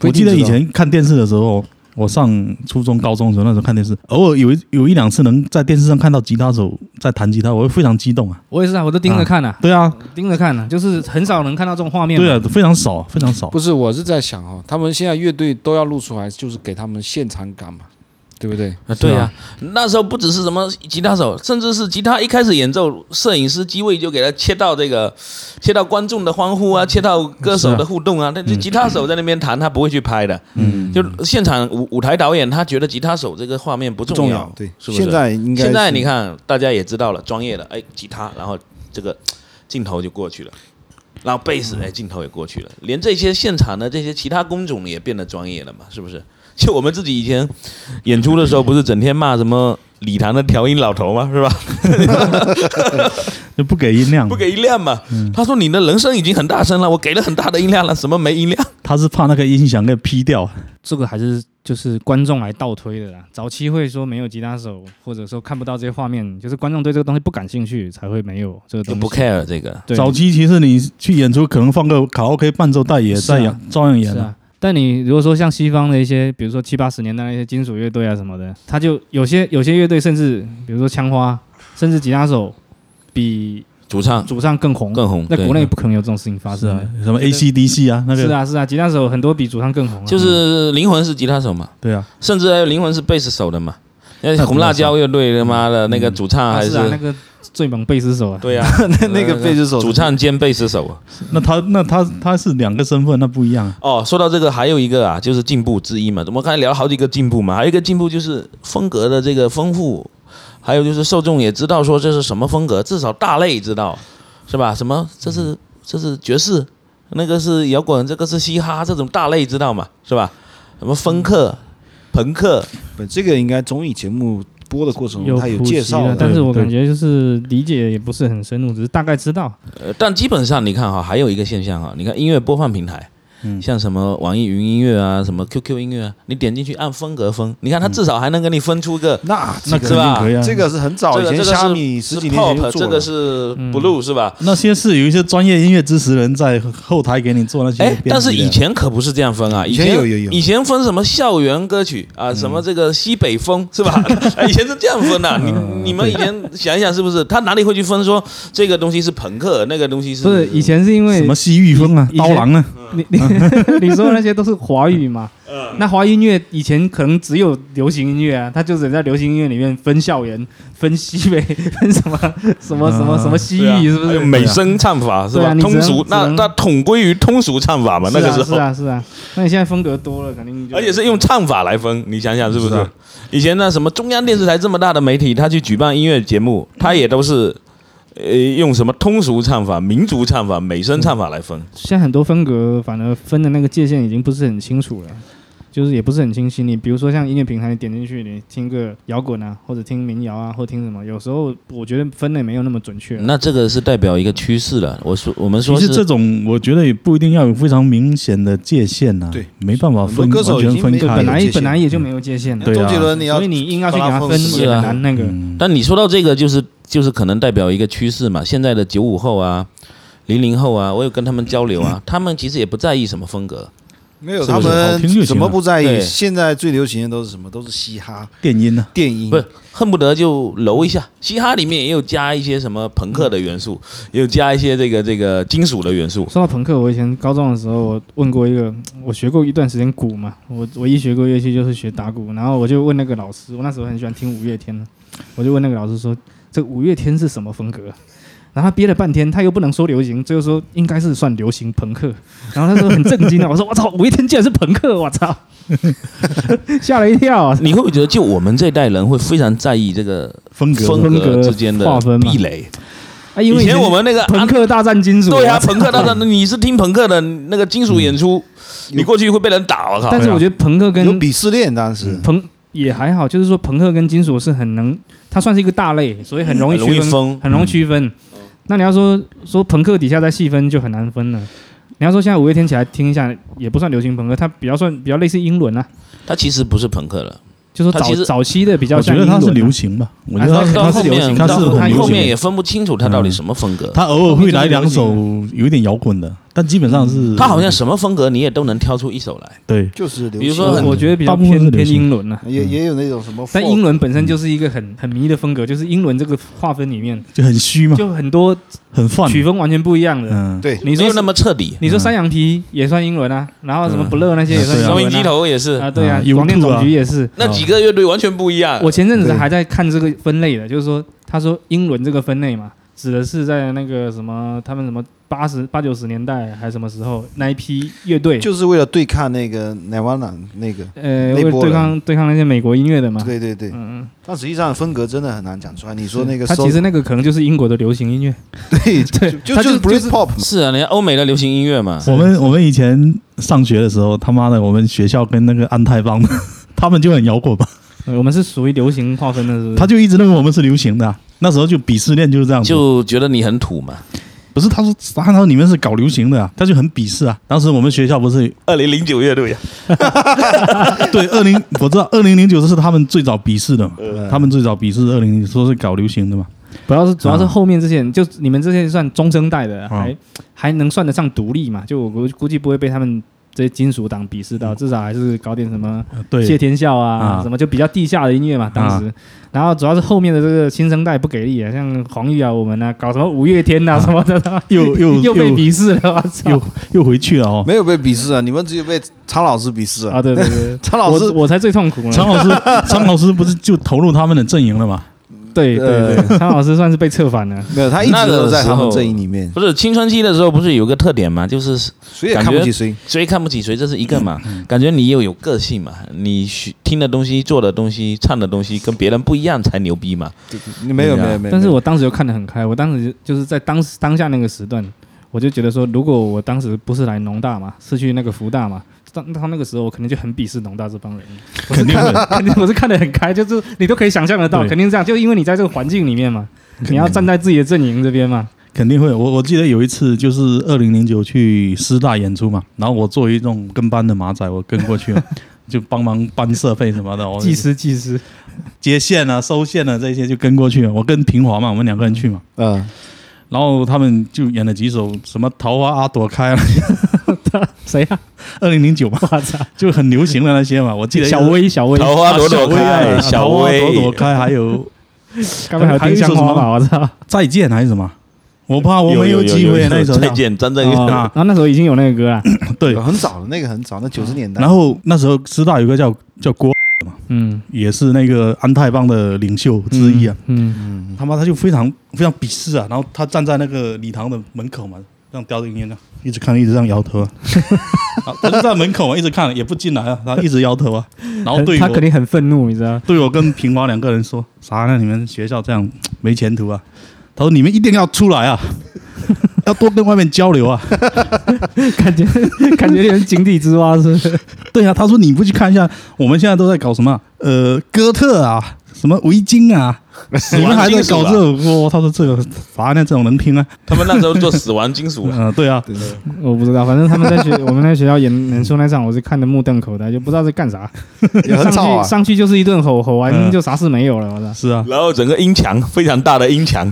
我记得不知以道前看电视的时候，我上初中、高中的时候，那时候看电视，偶尔有一有一两次能在电视上看到吉他手在弹吉他，我会非常激动啊！ <laughs> 我也是啊，我都盯着看啊，对啊，盯着看啊，就是很少能看到这种画面嘛。对啊，非常少，非常少不。是，我是在想哦，他们现在乐队都要录出来，就是给他们现场感嘛，对不对？啊，对啊，那时候不只是什么吉他手，甚至是吉他一开始演奏，摄影师机位就给他切到这个，切到观众的欢呼啊，切到歌手的互动啊。但是吉他手在那边弹，他不会去拍的。嗯，就现场舞舞台导演，他觉得吉他手这个画面不重要。对，是不是现在应该现在是你看，大家也知道了，专业的哎，吉他，然后这个镜头就过去了，然后贝斯哎，镜头也过去了，连这些现场的这些其他工种也变得专业了嘛，是不是？就我们自己以前演出的时候，不是整天骂什么礼堂的调音老头吗？是吧？就不给音量，不给音量嘛。他说你的人声已经很大声了，我给了很大的音量了，什么没音量？他是怕那个音响给 P 掉。这个还是就是观众来倒推的啦。早期会说没有吉他手，或者说看不到这些画面，就是观众对这个东西不感兴趣，才会没有这个就东西。不 care 这个。对早期其实你去演出，可能放个卡拉 OK 伴奏带也是啊在演，照样演是啊。啊。但你如果说像西方的一些，比如说七八十年代那些金属乐队啊什么的，他就有些有些乐队甚至，比如说枪花，甚至吉他手比主唱主唱更红。更红，嗯在对国内不可能有这种事情发是生啊的。，什么 ACDC 啊，那个是啊是啊，吉他手很多比主唱更红啊。就是灵魂是吉他手嘛。对啊，甚至还有灵魂是贝斯手的嘛，那那红辣椒乐队他妈的那个主唱啊还是啊，那个最猛贝斯手啊， <laughs> 对呀，那那个贝斯手主唱兼贝斯手。那他那他他是两个身份，那不一样啊。哦，说到这个还有一个啊，就是进步之一嘛，我们刚才聊了好几个进步嘛，还有一个进步就是风格的这个丰富，还有就是受众也知道说这是什么风格，至少大类知道是吧？什么这是这是爵士，那个是摇滚，这个是嘻哈，这种大类知道嘛是吧？什么风克、朋克，不这个应该综艺节目播的过程有嗯中他有普及介绍了的，但是我对感觉就是理解也不是很深入，只是大概知道。呃，但基本上你看哈，还有一个现象哈，啊你看音乐播放平台，嗯像什么网易云音乐啊，什么 QQ 音乐啊，你点进去按风格分，你看它至少还能给你分出个。那那这肯是个吧定可以啊。这个是很嗯早这以个前这个虾是米是十几年前就 pop，做这了个，是嗯 blue 是吧？那些是有一些专业音乐支持人在后台给你做那些哎编辑，的。但是以前可不是这样分啊，以啊以前有有有嗯以前分什么校园歌曲啊，什么这个西北风是 <laughs> 吧？以前是这样分的，啊你嗯你们以前想一想是不是？他哪里会去分说这个东西是朋克，那个东西是不是以前是因为什么西域风啊、以以刀前郎啊，你你 <laughs> 你说的那些都是华语嘛？嗯那华语音乐以前可能只有流行音乐啊，它就只在流行音乐里面分校园、分西北、 <laughs> 分什么什么什么什么西对啊域，是不还是有？美声唱法是对吧？啊你只通能俗，只那能那统归于通俗唱法嘛，那个时是候。啊是啊是啊。那你现在风格多了，肯定就而且是用唱法来分，你想想是不是？是啊以前那什么中央电视台这么大的媒体，他去举办音乐节目，嗯他也都是，呃，用什么通俗唱法、民族唱法、美声唱法来分。现在很多风格反而分的那个界限已经不是很清楚了。就是也不是很清晰，你比如说像音乐平台，你点进去，你听个摇滚啊，或者听民谣啊，或者听什么，有时候我觉得分类没有那么准确。那这个是代表一个趋势了。我说，我们其说实是这种我觉得也不一定要有非常明显的界限呐、对，没办法分很多歌手完全已经分没开了。对，本来有界限本来也就没有界限的对啊嗯周杰伦你要所以你硬要去给他分是也啊很难那个。嗯但你说到这个，就是就是可能代表一个趋势嘛。现在的九五后啊、零零后啊，我有跟他们交流 <coughs> 啊，他们其实也不在意什么风格，没有是他不是好听就行们了怎么不在意？对现在最流行的都是什么？都是嘻哈、电音啊呢、电音，不是恨不得就揉一下。嘻哈里面也有加一些什么朋克的元素，嗯也有加一些这个这个金属的元素。说到朋克，我以前高中的时候，我问过一个，我学过一段时间鼓嘛，我我一学过乐器就是学打鼓，然后我就问那个老师，我那时候很喜欢听五月天的，我就问那个老师说，这五月天是什么风格啊、然后他憋了半天，他又不能说流行，最后说应该是算流行朋克。然后他说很震惊啊，我说我操，五月天竟然是朋克，我 <laughs> 操，吓了一跳啊！你会不会觉得，就我们这代人会非常在意这个风格啊风风格之间的划分嘛壁垒？啊，因为以前我们那个朋克大战金属、对啊，朋克大战，你是听朋克的那个金属演出，你过去会被人打，我靠！ <laughs> 嗯但是我觉得朋克跟嗯有鄙视链，当时朋也还好，就是说朋克跟金属是很能，它算是一个大类，所以很容易很容区易分，分嗯很容易区分。那你要说说朋克底下再细分就很难分了。你要说现在五月天起来听一下，也不算流行朋克，它比较算比较类似英伦啊，它其实不是朋克了，就说它早其实早期的比较我觉像英得伦、啊。它是流行吧，我觉啊得它它到它是后是流行嗯面它是很到后流面行也的，分不清楚它到底什么风格。它偶尔会来两首有一点摇滚的，但基本上是它好像什么风格你也都能挑出一首来。对就是流行。比如说我很我觉得比大较部分是偏流偏行英伦啊。也也有那种什么 folk，但英伦嗯本身就是一个很很迷的风格，就是英伦这个划分里面就很虚嗯嘛，就很多很泛，曲风完全不一样的。嗯，对你没说有那么彻底，你说山羊皮也算英伦啊，然后什么嗯不乐那些也算英对啊伦、啊，收音机头也是，啊，对啊啊，，U2 广电总局也是。那几个乐队完全不一样。我前阵子呃对还在看这个分类的，就是说，他说英伦这个分类嘛，指的是在那个什么，他们什么八十八九十年代还是什么时候那一批乐队，就是为了对抗那个 Nirvana 那个，呃，那为了波对人抗对抗那些美国音乐的嘛。对对对。嗯，嗯，但实际上风格真的很难讲出来。你说那个他 soul，其实那个可能就是英国的流行音乐，对对 <laughs> 就他就就是 Brit 就是 Pop 嘛是啊，人家欧美的流行音乐嘛， <laughs> 我们我们以前上学的时候，他妈的，我们学校跟那个安泰帮， <laughs> 他们就很摇滚嘛，呃我们是属于流行划分的，是不是？他就一直认为我们是流行的啊、那时候就鄙视链就是这样子，就觉得你很土嘛。不是他说他说你们是搞流行的、啊，他就很鄙视啊。当时我们学校不是 <laughs> 二零零九乐队啊，对二零我知道二零零九是他们最早鄙视的嘛，他们最早鄙视二零说是搞流行的嘛，主要是主要啊是后面这些人，就你们这些算中生代的，嗯还还能算得上独立嘛？就我估估计不会被他们这些金属党鄙视嗯到，至少还是搞点什么。呃谢对，天笑啊，啊什么就比较地下的音乐嘛，当时。然后主要是后面的这个新生代不给力啊，像黄玉啊，我们啊，搞什么五月天呐、什么的，啊 <laughs> 又又 <laughs> 又被又鄙视了，我操又！又回去了哦。没有被鄙视啊，你们只有被苍老师鄙视啊，啊。对对 <laughs> 对，苍老师我我才最痛苦 <laughs> 呢。常老师，常老师不是就投入他们的阵营了嘛？对对 <laughs> 对，苍老师算是被策反了。没有，他一直都在他那个时们候阵营里面，不是青春期的时候，不是有个特点嘛，就是谁也看不起谁。谁看不起谁，这是一个嘛？感觉你又有个性嘛？你学听的东西、做的东西、唱的东西跟别人不一样才牛逼嘛？没有对啊没有没有。但是我当时就看得很开，我当时就就是在当时当下那个时段，我就觉得说，如果我当时不是来农大嘛，是去那个福大嘛，当他那个时候我肯定就很鄙视农大这帮人，我是肯定看会 <laughs> 肯定我是看得很开，就是你都可以想象得到，对肯定是这样，就因为你在这个环境 <laughs> 里面嘛，你要站在自己的阵营这边嘛，肯定会。我我记得有一次就是二零零九去师大演出嘛，然后我作为一种跟班的马仔，我跟过去 <laughs> 了，就帮忙搬设备什么的，我技师技师，接线啊、收线啊这些就跟过去了。我跟平华嘛，我们两个人去嘛，嗯，然后他们就演了几首什么《桃花阿朵开》啊， <laughs> 谁啊？ <laughs> 二零零九嘛，我操，就很流行的那些嘛。我记得小薇小薇，桃花朵朵开，啊小桃花朵朵薇，开，还有刚才还有丁香花吧，我操。再见还是什么？我怕我没有机会 <laughs> 那一首再见张震岳，啊然哦 <laughs> 后那时候已经有那个歌了，对。很早的那个很早，那九十年代然。后那时候师大有个叫叫郭，嗯，也是那个安泰帮的领袖之一啊。嗯，嗯，他妈他就非常非常鄙视啊，然后他站在那个礼堂的门口嘛，这样叼着烟呢，一直看，一直这样摇头啊。 <laughs> 啊他就在门口嘛，一直看，也不进来啊，他一直摇头啊。然后对他肯我定很愤怒，你知道吗？ <laughs> 对我跟平华两个人说啥呢？你们学校这样没前途啊！他说你们一定要出来啊， <laughs> 要多跟外面交流啊。感觉 <laughs> 感觉有点井 <laughs> 底之蛙是不是？对啊，他说你不去看一下，我们现在都在搞什么？呃，哥特啊，什么围巾啊，你们还在搞这死亡金属啊？种，我操，这个啥呢？这种能听啊？他们那时候做死亡金属了。嗯，对啊，对对，我不知道，反正他们在学 <laughs> 我们在学校演演出那场，我是看的目瞪口呆，就不知道在干啥。也很吵上啊去。上去就是一顿吼，吼完嗯就啥事没有了，我操。是啊，然后整个音墙非常大的音墙，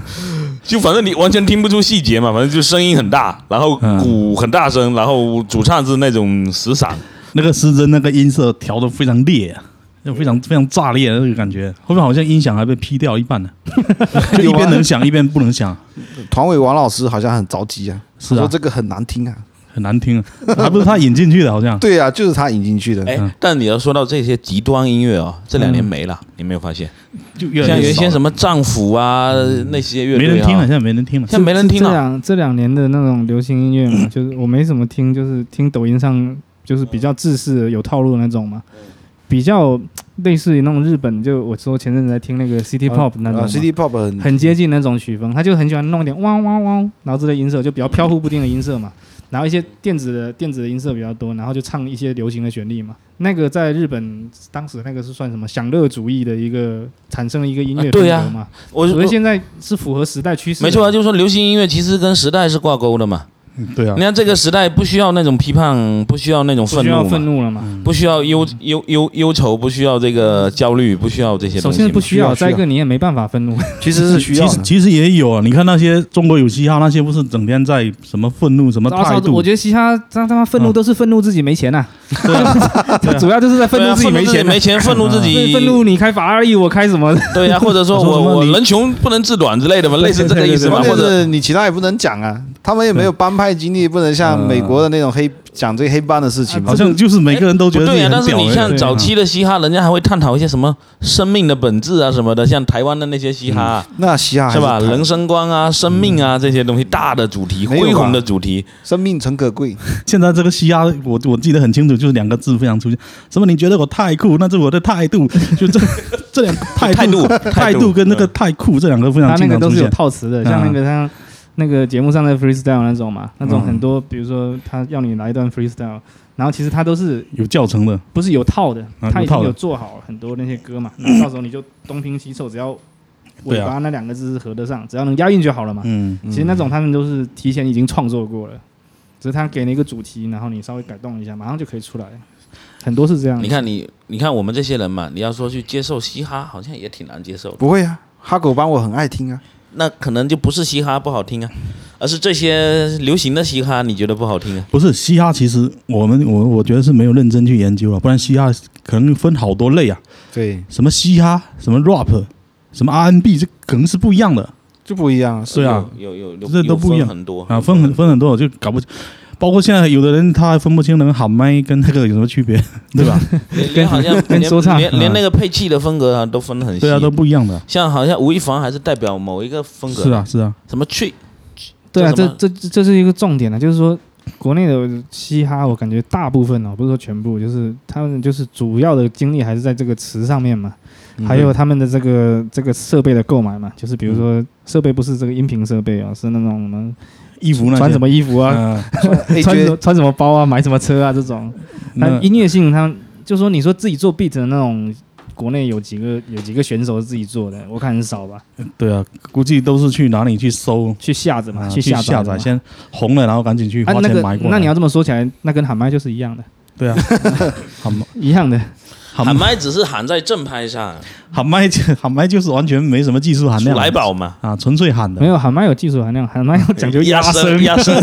就反正你完全听不出细节嘛，反正就声音很大，然后嗯鼓很大声，然后主唱是那种死嗓，那个失真那个音色调的非常烈、啊。就非常非常炸裂的那个感觉，后面好像音响还被劈掉一半 <laughs> 呢，就一边能响一边不能响，团委王老师好像很着急啊，是啊说这个很难听啊。很难听啊，还不是他引进去的，好像对啊，就是他引进去的。哎，但你要说到这些极端音乐哦，这两年没了，你没有发现？就越来像越原先少什么丈夫啊那些乐了没队人啊，听了，现在没人听了现，在没人听这了。两这两年的那种流行音乐嘛， <clears throat> 就是我没怎么听，就是听抖音上就是比较制式的有套路的那种嘛，比较类似于那种日本，就我说前阵子在听那个哦 City Pop 那种嘛、啊，City Pop 很很接近那种曲风，他就很喜欢弄点汪汪汪，然后之类音色，就比较飘忽不定的音色嘛。然后一些电子的电子的音色比较多，然后就唱一些流行的旋律嘛。那个在日本当时那个是算什么享乐主义的一个产生了一个音乐啊风对啊格嘛？我所我以现在是符合时代趋势的，没错啊，就是说流行音乐其实跟时代是挂钩的嘛。嗯对啊你，看这个时代不需要那种批判，不需要那种不愤需要怒愤嘛，嗯怒了嘛。不需要忧忧忧忧愁，不需要这个焦虑，不需要这些首东先西是不嘛。需要，需要再一个你也没办法愤怒。其实是需要其实的。其实也有啊，你看那些中国有嘻哈那些，不是整天在什么愤怒 <laughs> 什么我操态度？我觉得嘻哈他他妈愤怒都是愤怒自己没钱呐、对啊 <laughs> 主要就是在对愤啊怒自己没钱、没嗯钱，愤怒 <laughs> 自己，愤怒你开法拉利，我开什么？ <laughs> 对啊呀，或者说我说 <laughs> 什么我我你人穷不能自短之类的嘛，对类似这个意思嘛，关键或者是你其他也不能讲啊，他们也没有帮派经历，不能像美国的那种黑讲这个黑帮的事情嘛好。像就是每个哎人都觉不得自对己啊呀。但很是屌你的像人嗯早期的嘻哈，人家还会探讨一些什么生命的本质啊什么的，像台湾的那些嘻哈啊嗯那嘻哈还是吧，谈人生观啊、生命啊这些东西，大的主题，没有吧恢宏的主题，生命诚可贵，现在这个嘻哈，我我记得很清楚，就是两个字非常出现，什么你觉得我太酷，那是我的态度，就这这两个态态度态度跟那个太酷这两个非 <laughs> 他常那经个常都出是有现。套词的，嗯像那个他那个节目上的 freestyle 那种嘛，那种嗯很多，比如说他要你来一段 freestyle，然后其实他都是有教程的，不是有套的，啊他已有经套的有做好很多那些歌嘛，那到时候你就东拼西凑，只要尾对啊巴那两个字是合得上，只要能押韵就好了嘛。嗯，其实那种他们都是提前已经创作过了，只是他给你一个主题，然后你稍微改动一下，马上就可以出来。很多是这样，嗯你，看你，你看我们这些人嘛，你要说去接受嘻哈，好像也挺难接受的。不会啊。哈狗帮我很爱听啊，那可能就不是嘻哈不好听啊，而是这些流行的嘻哈你觉得不好听啊？不是嘻哈，其实我们我我觉得是没有认真去研究了，啊不然嘻哈可能分好多类啊，对，什么嘻哈，什么 rap，什么 R&B，这可能是不一样的就不一样啊。是啊有有有，这都不一样有分很多啊，分很分很多，我就搞不清。包括现在有的人他还分不清那个喊麦跟那个有什么区 <laughs> 别，对吧？连连好像跟连说唱连嗯连那个配器的风格啊都分得很细，对啊，都不一样的。像好像吴亦凡还是代表某一个风格，是啊，，是啊，什么 tree，对啊，叫什这么这这这是一个重点啊，就是说国内的嘻哈，我感觉大部分哦，不是说全部，就是他们就是主要的精力还是在这个词上面嘛，嗯还有他们的这个这个设备的购买嘛，就是比如说设备不是这个音频设备啊，是那种什么衣服那些穿什么衣服啊，啊？哎穿觉什得穿什么包啊，买什么车啊这种。那那音乐性它，就说你说自己做 beat 的那种，国内有几个有几个选手是自己做的，我看很少吧，对啊，估计都是去哪里去搜，去下子嘛，啊去下下载的嘛载，先红了，然后赶紧去啊花那钱个买过来。那你要这么说起来，那跟喊麦就是一样的，对啊，喊麦一样的。喊喊麦麦只是喊在正拍上，喊麦就 <laughs> 喊麦就是完全没什么技术含鼠量，来宝嘛。啊，纯粹喊的没。有喊麦有技术含量，喊麦要讲 <laughs> 究压声，压声，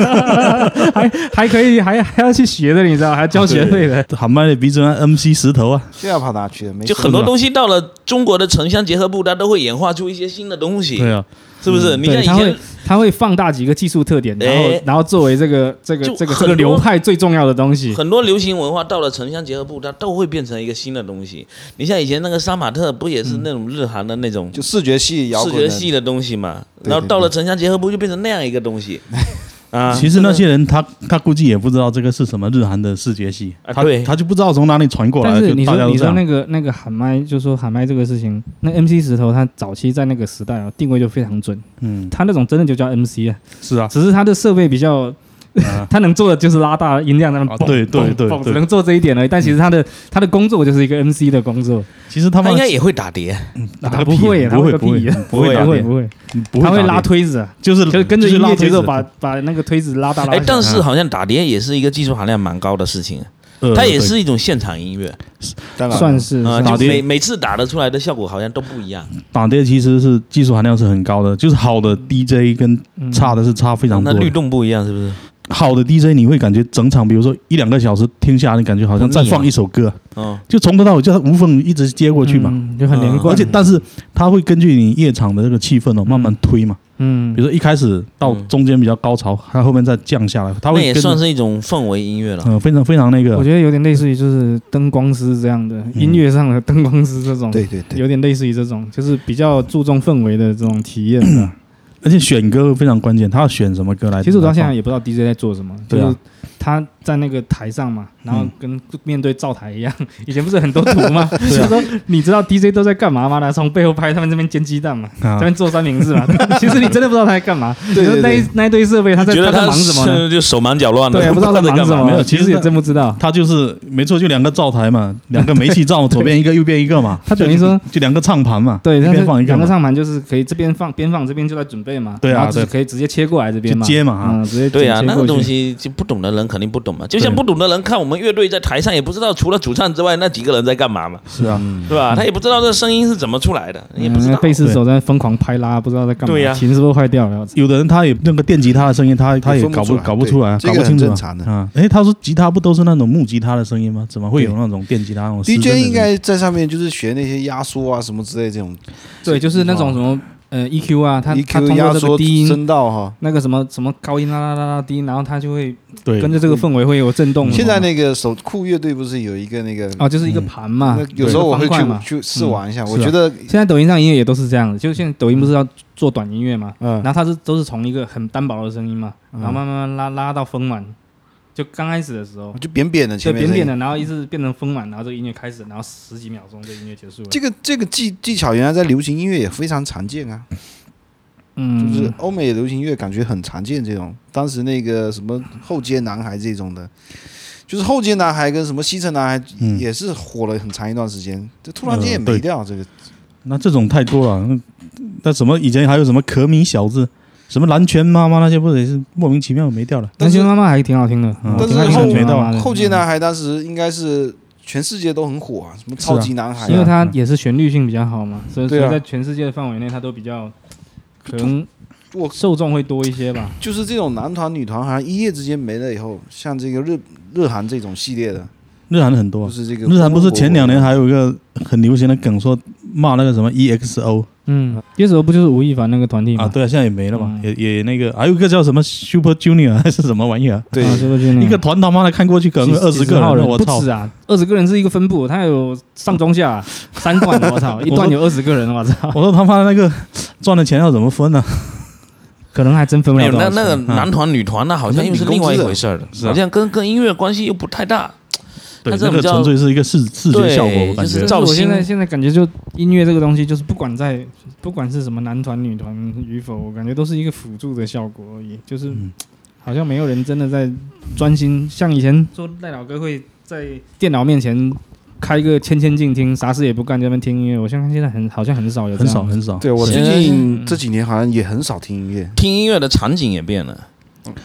还还可以还还要去学的，你知道，还要交学费的。喊麦的鼻子像 MC 石头啊，这要跑哪去了？没就事很多东西到了中国的城乡结合部，它都会演化出一些新的东西，对啊，是不是？你对，像以他会前他会放大几个技术特点，然后哎然后作为这个这个就这个很这个多流派最重要的东西。很多流行文化到了城乡结合部，它都会变成一个新的东西。你像以前那个杀马特，不也嗯是那种日韩的那种就视觉系摇视滚觉的系的东西嘛？对对然后到了城乡结合部，就变成那样一个东西。啊， <laughs> 其实那真些人他他估计也不知道这个是什么日韩的视觉系，啊他对他就不知道从哪里传过来，但是就你大家说都你这说样那。个那个喊麦，就说喊麦这个事情，那 MC 石头他早期在那个时代啊定位就非常准，嗯，他那种真的就叫 MC 啊，是啊，只是他的设备比较啊 <laughs> 他能做的就是拉大音量在那啊蹦，对对蹦对蹦对嗯只能做这一点而已。但其实他的他的工作就是一个 MC 的工作，其实他他们应该也会打碟，打啊个不屁会，他不会个不会屁，啊不会不打会脸不会，不他会打拉脸推子，就是就跟就着是音拉乐推节子奏把把那个推子拉大拉哎小。，但是好像打碟也是一个技术含量蛮高的事情，啊呃它也对是一种现场音乐当然算是啊，算就是每每次打得出来的效果好像都不一样，打碟其实是技术含量是很高的，就是好的 DJ 跟嗯差的是差非常那多律的。动不一样是不是？好的 DJ 你会感觉整场，比如说一两个小时听下来，你感觉好像在不腻啊放一首歌，嗯，就从头到尾就无缝一直接过去嘛。啊嗯就很连贯。而且，但是它会根据你夜场的这个气氛哦，慢慢推嘛。嗯，比如说一开始到嗯中间比较高潮，它后面再降下来，它那会也跟算是一种氛围音乐了。嗯非常非常那我个觉得有点类似于就是灯光师这样的嗯音乐上的灯光师这种，对对对，有点类似于这种，就是比较注重氛围的这种体验的。而且选歌非常关键，他要选什么歌来。其实我到现在来也不知道 DJ 在做什么，就对啊是他在那个台上嘛，然后跟面对灶台一样。 <laughs> 以前不是很多图 <laughs> 吗？就是说你知道 DJ 都在干嘛吗？然后从背后拍他们这边煎鸡蛋嘛，放这边做三明治 <laughs> 嘛。其实你真的不知道他在干嘛。对对你说那对一那一堆设备他在觉得在他忙什么呢？是就手忙脚乱的，对，不知道在在忙干什嘛。么。没有其实其实也真不知道。他就是没错，就两个灶台 <laughs> 嘛，两个煤气灶，左边一个，右边一个嘛。他等于说就就两个唱盘嘛，对，一但是啊边放一个两嘛个，上盘就是可以这边放边放，这边就在准备嘛。对啊然后就是对可以直接切过来这边就嘛。接嘛啊。嗯，直接对啊，切那过个去东西就不懂的人肯定不懂嘛。就像对不懂的人看我们乐队在台上，也不知道除了主唱之外那几个人在干嘛嘛，是啊，对吧？他也不知道这声音是怎么出来的，也不知嗯那道。贝斯手在疯狂拍拉，不知道在干嘛。对啊呀琴是不是坏掉了？有的人他也那个电吉他的声音，他他也分不搞出来搞不出来啊，对搞不清楚嗯这个很正啊常的啊。哎，他说吉他不都是那种木吉他的声音吗？怎么会有那种电吉他哦那种失真的声 DJ 音？应该在上面就是学那些压缩啊什么之类这种对，就是那种什么呃 EQ 啊，他他通 EQ E 压过这个缩低音，声道哈。那个什么什么高音啦啦啦啦低音，然后他就会对，跟着这个氛围会有震动。现在那个手酷乐队不是有一个那个，嗯哦，就是一个盘嘛那，有时候我会一个方块嘛去。去试玩一下，嗯我是啊觉得现在抖音上音乐也都是这样的，就现在抖音不是要做短音乐嘛，嗯然后它是都是从一个很单薄的声音嘛，然后慢慢慢拉拉到丰满，就刚开始的时候，就扁扁的就前面扁扁的。的，然后一直变成丰满，然后这个音乐开始，然后十几秒钟这个音乐结束了。这个这个技技巧原来在流行音乐也非常常见啊，嗯，就是欧美流行音乐感觉很常见这种。当时那个什么后街男孩这种的，就是后街男孩跟什么西城男孩嗯也是火了很长一段时间，就突呃然间也嗯没对掉这个。那这种太多了。那那什么以前还有什么可米小子，什么蓝拳妈妈那些，不是也是莫名其妙没掉了？南但是拳妈妈还挺好听的，嗯我但挺是爱听后南拳妈妈的后街男孩当时应该是全世界都很火啊，什么超级男哎孩、因为啊，它也是旋律性比较好嘛，所以所对啊以在全世界的范围内，它都比较可能我受众会多一些吧。就是这种男团女团好像一夜之间没了以后，像这个日日韩这种系列的，日韩很多啊就，是这个日韩不是红红火火前两年还有一个很流行的梗，说骂那个什么 E EXO 嗯，那时候不就是吴亦凡那个团体啊，嘛？对啊，现在也没了嘛，嗯也也那个还有一个叫什么 Super Junior 还是什么玩意儿，对啊是不是就那一样个团他妈的看过去可能二十几个号人，人我不操止！啊，二十个人是一个分部，它有上中下三段，<laughs> 我操，一段有二十个人，我操，我说他妈的那个赚的钱要怎么分呢？可能还真分不没了有，多那少那个钱。男团女团那好像又是另外一回事儿了，是啊好像跟跟音乐关系又不太大。对，它这那种个叫纯粹是一个视视觉效果，对我感就是觉但。是造我型现在现在感觉就音乐这个东西，就是不管在不管是什么男团女团与否，我感觉都是一个辅助的效果而已，就是、嗯好像没有人真的在专心。像以前说赖老哥会在电脑面前开一个千千静听，啥事也不干，在那边听音乐。我相信现在很好像很少有这很样少很少，对我是最近嗯这几年好像也很少听音乐，听音乐的场景也变了，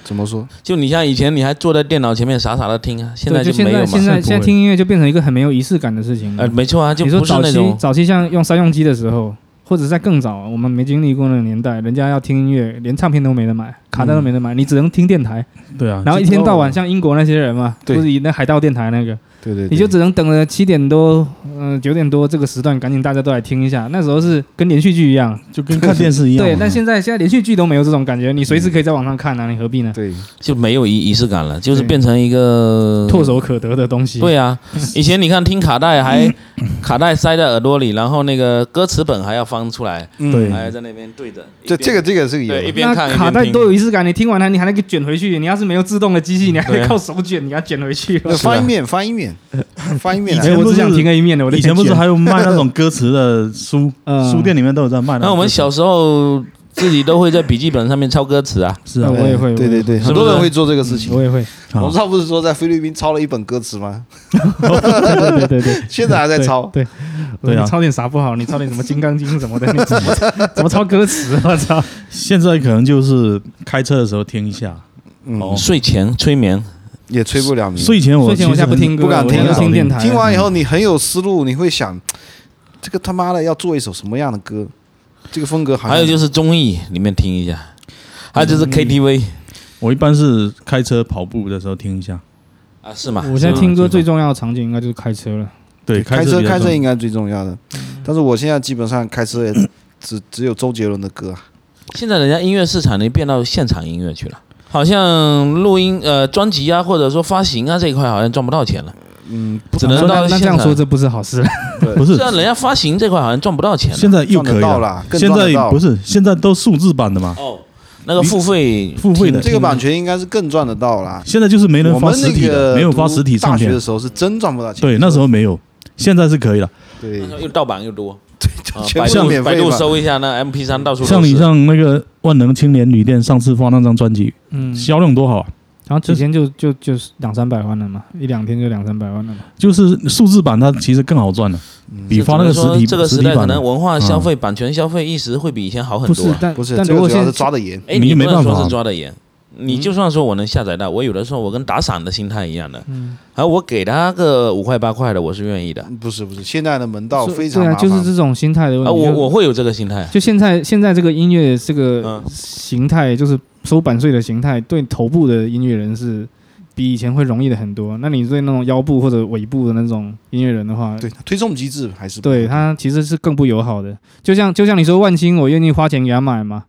怎么说？就你像以前你还坐在电脑前面傻傻的听啊，现对在就现没在有嘛现。在现在不现在会听音乐就变成一个很没有仪式感的事情了。呃，没错啊，就你说不是早那期种早期像用三用机的时候，或者在更早，我们没经历过那个年代，人家要听音乐，连唱片都没得买，卡带都没得买，你只能听电台，对啊，然后一天到晚像英国那些人嘛，对就是以那海盗电台那个，对对对你就只能等了七点多，嗯、九点多这个时段，赶紧大家都来听一下。那时候是跟连续剧一样，就跟看电视一样啊嘛。对。但现在现在连续剧都没有这种感觉，你随时可以在网上看啊，你何必呢？对，就没有仪仪式感了，就是变成一个嗯唾手可得的东西，对啊，以前你看听卡带 <laughs> 还卡带塞在耳朵里，然后那个歌词本还要翻出来，嗯对还要在那边对着。这这个这个是有对一的，边那看一边卡带听都有仪式感，你听完了，你还能给卷回去。你要是没有自动的机器，你还对得啊靠手卷，你要卷回去。那翻一面翻一面翻一面以啊来前哎，我不只是想听 A 面的，我的以前不是还有卖那种歌词的书，嗯书店里面都有在卖。那我们小时候自己都会在笔记本上面抄歌词啊。是啊啊我，也会对对对，是不是很多人会做这个事 <laughs> 情。我也会，龙啊少不是说在菲律宾抄了一本歌词吗？对对对对，现在 <laughs> 还在抄。对，对啊你抄点啥不好？你抄点什么《金刚经》什么 <laughs> 的，你怎么怎么抄歌词？我操！现在可能就是开车的时候听一下，嗯哦，睡前催眠，也吹不了名。睡前我睡前我其实现在不很听歌，不敢我现听在了都听电啊台。听完以，嗯后，你很有思路，你会想，这个他妈的要做一首什么样的歌？这个风格好像还有就是综艺里面听一下，还有就是 KTV 我一般是开车跑步的时候听一下，啊，是吗？我现在听歌最重要的场景应该就是开车了。对，开车车比较开车重要嗯应该最重要的。但是我现在基本上开车也 <coughs> 只只有周杰伦的歌啊，现在人家音乐市场已经变到现场音乐去了，好像录音呃专辑啊，或者说发行啊这一块好像赚不到钱了，嗯，只能那到那现这样场说，这不是好事了。不是虽啊然人家发行这块好像赚不到钱了。现在又赚可得以到了，啦，更现赚得在到不。是现在都数字版的嘛，哦，那个付费付费的这个版权应该是更赚得到啦。现在就是没人我发们实那体的，个没有发实体读大唱学片的，时候是真赚不到钱。对，那时候没有，现在是可以了。 <laughs> 对，又盗版又多，啊全百部都度免百费度嘛。搜一下，那 MP 三到处都像你是像那个万能青年旅店上次发那张专辑， <laughs> <laughs> 嗯，销量多好啊！然后几天就就就是两三百万了嘛，一两天就两三百万了嘛。就是数字版它其实更好赚的，嗯比发那个实体这只能说这个实时体代可版的能文化消费、版权消费意识会比以前好很不是多啊。，但不是，但这如个果主要现是在抓的严。哎，你你就不没能办法说是抓的严，你就算说我能下载到，我有的时候我跟打赏的心态一样的，嗯，啊，我给他个五块八块的，我是愿意的，不是不是，现在的门道是非常对麻啊，烦。就是这种心态的问啊，题。我就我会有这个心态。啊就现在现在这个音乐这个嗯形态，就是收版税的形态，对头部的音乐人是比以前会容易的很多。那你对那种腰部或者尾部的那种音乐人的话，对推送机制还是不对他其实是更不友好的。就像就像你说万青，我愿意花钱给他买嘛，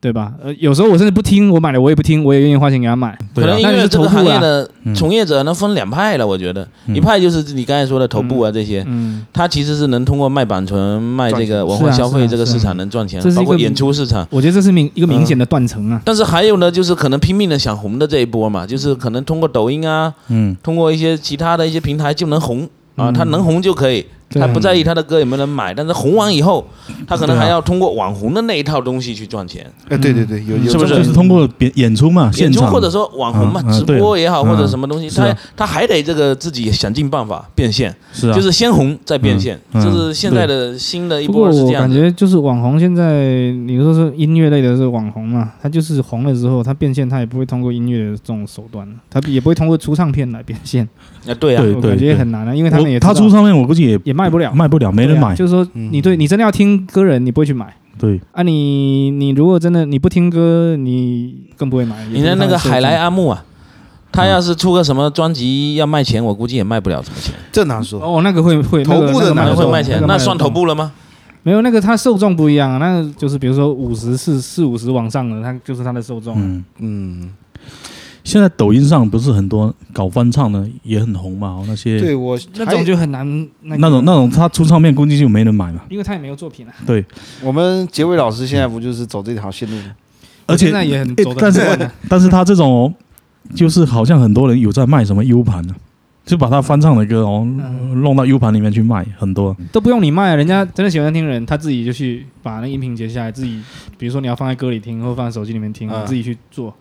对吧？呃，有时候我甚至不听，我买了我也不听，我也愿意花钱给他买。可对能啊，音乐这个行业的那你是头部啊从业者呢分两派了，我觉得嗯一派就是你刚才说的头部啊这些，嗯，他其实是能通过卖版权、卖这个文化赚钱消是啊费这个是啊市场能赚钱这，是一包个括演出市场。我觉得这是明一个嗯明显的断层啊。但是还有呢，就是可能拼命的想红的这一波嘛，就是可能通过抖音啊，嗯，通过一些其他的一些平台就能红啊，嗯他能红就可以，对他不在意他的歌有没有人买，但是红完以后，他可能对啊还要通过网红的那一套东西去赚钱，哎，嗯对对对，有有是不这就么是一通过演演出嘛，演现出场或者说网红嘛，嗯嗯直播也好对或者什么东西，嗯是他啊他还得这个自己想尽办法变现，是啊，就是先红再变现，嗯嗯就是现在的新的一不过波是我这样感子。觉就是网红现在，你说是音乐类的是网红嘛，他就是红了之后，他变现他也不会通过音乐的这种手段，他也不会通过出唱片来变现，啊，对啊，对我感觉也很难啊，因为他们也我知道他出上面我估计也也卖不了，卖不了，没人对啊买，就是说你对你真的要听歌人，你不会去买对，啊你，你如果真的你不听歌，你更不会买。你的那个海来来阿木啊，他要是出个什么专辑要卖钱，我估计也卖不了什么钱，这难说。哦，那个会会那个头部的那卖那个得会动卖那钱，个那得算动头部了吗？没有，那个它受众不一样啊，那个就是比如说五十四四五十往上的，它就是它的受众啊。嗯。嗯，现在抖音上不是很多搞翻唱的也很红嘛，那些对我那还种就很难那个那种那种他出唱片估计就没人买嘛，因为他也没有作品啊。对，我们结尾老师现在不就是走这条线路？而且现在也很诶走的但很是乱 <laughs> 啊。但是他这种哦，就是好像很多人有在卖什么 U 盘呢、就把他翻唱的歌哦嗯弄到 U 盘里面去卖，很多都不用你卖，啊人家真的喜欢听人，他自己就去把那音频截下来，自己比如说你要放在歌里听，或放在手机里面听，嗯啊你自己去做。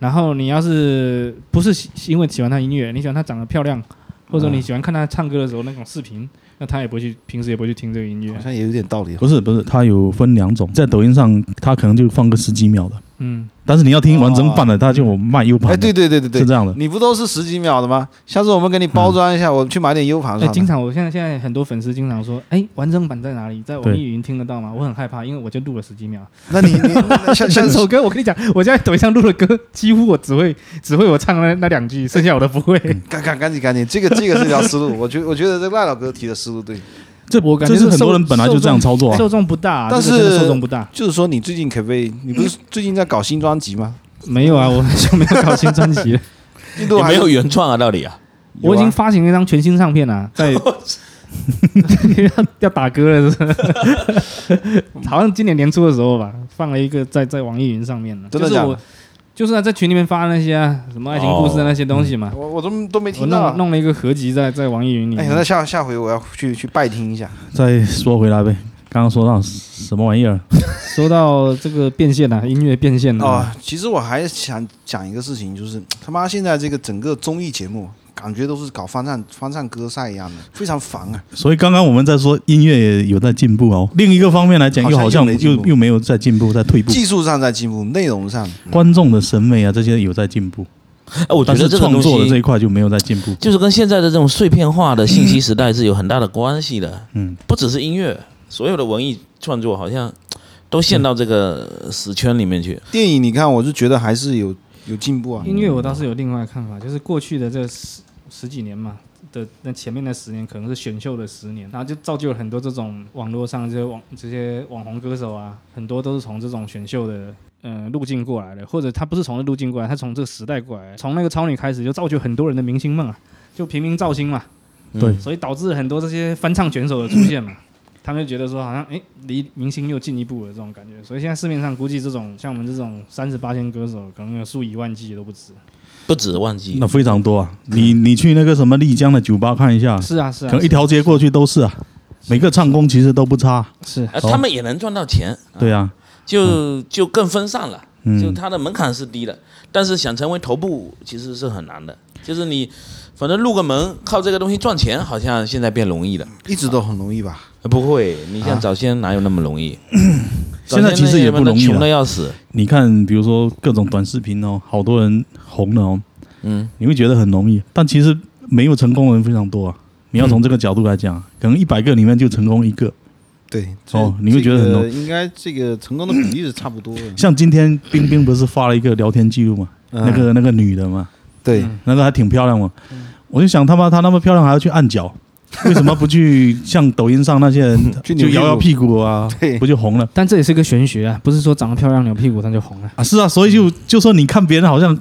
然后你要是不是喜因为喜欢他音乐，你喜欢他长得漂亮，或啊者你喜欢看他唱歌的时候那种视频，那他也不会去，平时也不会去听这个音乐啊啊好。像也有点道理。哦不是不是，他有分两种，在抖音上他可能就放个十几秒的，嗯，但是你要听完整版的，他就有卖 U 盘的，哎，对对对对是对，这样的，你不都是十几秒的吗？下次我们给你包装一下，我去买点 U 盘哎，上经的。常我现在现在很多粉丝经常说，哎，完整版在哪里？在网易云听得到吗？我很害怕，因为我就录了十几秒。那你你 <laughs> 那下下整次首歌，我跟你讲，我现在抖音上录的歌，几乎我只会只会我唱那那两句，剩下我都不会。赶赶赶紧赶紧，这个这个是一条思路。 <laughs> 我觉我觉得这赖老哥提的思路对，这 <laughs> 我感觉这是是很受多人本来就这样操作、啊，受众不大，但这个真的是受众不大。就是说你最近可不可以？你不是最近在搞新专辑吗？没 <laughs> 有啊，我很久没有搞新专辑了，进度也还没有原创啊，到底啊，有 <laughs> 啊我已经发行了一张全新唱片了，在要 <laughs> 要打歌了是不是， <laughs> 好像今年年初的时候吧，放了一个在在网易云上面了，真就的是假的我就是啊，在群里面发的那些啊，什么爱情故事的那些东西嘛，我哦我都都没我听到弄啊。弄了一个合集在在网易云里哎面呀，。那下下回我要去去拜听一下。再说回来呗，刚刚说到什么玩意儿？说到这个变现啊，音乐变现哦啊，，其实我还想讲一个事情，就是他妈现在这个整个综艺节目，感觉都是搞翻唱翻唱歌赛一样的，非常烦啊。所以刚刚我们在说音乐也有在进步哦。另一个方面来讲，又好好像像又没又进步又没有在进步，在退步。技术上在进步，内容上，观众的审美啊，这些有在进步，哎、嗯我觉但得是这个创东作的这一西块就没有在进步。就是跟现在的这种碎片化的信息时代是有很大的关系的。嗯，不只是音乐，所有的文艺创作好像都陷到这个死圈里面去。电影你看，我就觉得还是有有进步啊。音乐我倒是有另外的看法，就是过去的这十十几年嘛的那前面的十年可能是选秀的十年，然后就造就了很多这种网络上这些网这些网红歌手啊，很多都是从这种选秀的。呃，路径过来的，或者他不是从这路径过来，他从这个时代过来，从那个超女开始就造就很多人的明星梦啊，就平民造星嘛，对，所以导致很多这些翻唱选手的出现嘛，他们就觉得说好像哎离明星又进一步了这种感觉，所以现在市面上估计这种像我们这种三十八线歌手，可能有数以万计都不止。不止忘记那，非常多啊！你你去那个什么丽江的酒吧看一下，是啊是可啊能一条街过去都是啊，每个唱功其实都不差。是哦呃他们也能赚到钱，对啊，就就更分散了。就嗯，它的门槛是低的，但是想成为头部其实是很难的。就是你，反正入个门，靠这个东西赚钱，好像现在变容易了。一直都很容易吧？呃不会，你像早先哪有那么容易？早啊现在其实也不容易啊先那些人都穷的了。要死。你看，比如说各种短视频哦，好多人红了哦，嗯，你会觉得很容易，但其实没有成功的人非常多啊。你要从这个角度来讲，啊嗯可能一百个里面就成功一个。对，哦这你会觉得很这个容应该这个成功的比例是差不多的。像今天冰冰不是发了一个聊天记录嘛，嗯那个那嗯个女的嘛，对，那个还挺漂亮嘛，我就想他妈她那么漂亮还要去按 <laughs> 脚，为什么不去像抖音上那些人去就扭摇摇嗯屁股啊对，不就红了但这也是个玄学啊，不是说长得漂亮扭屁股她就红了。啊？是啊，所以就就说你看别人好像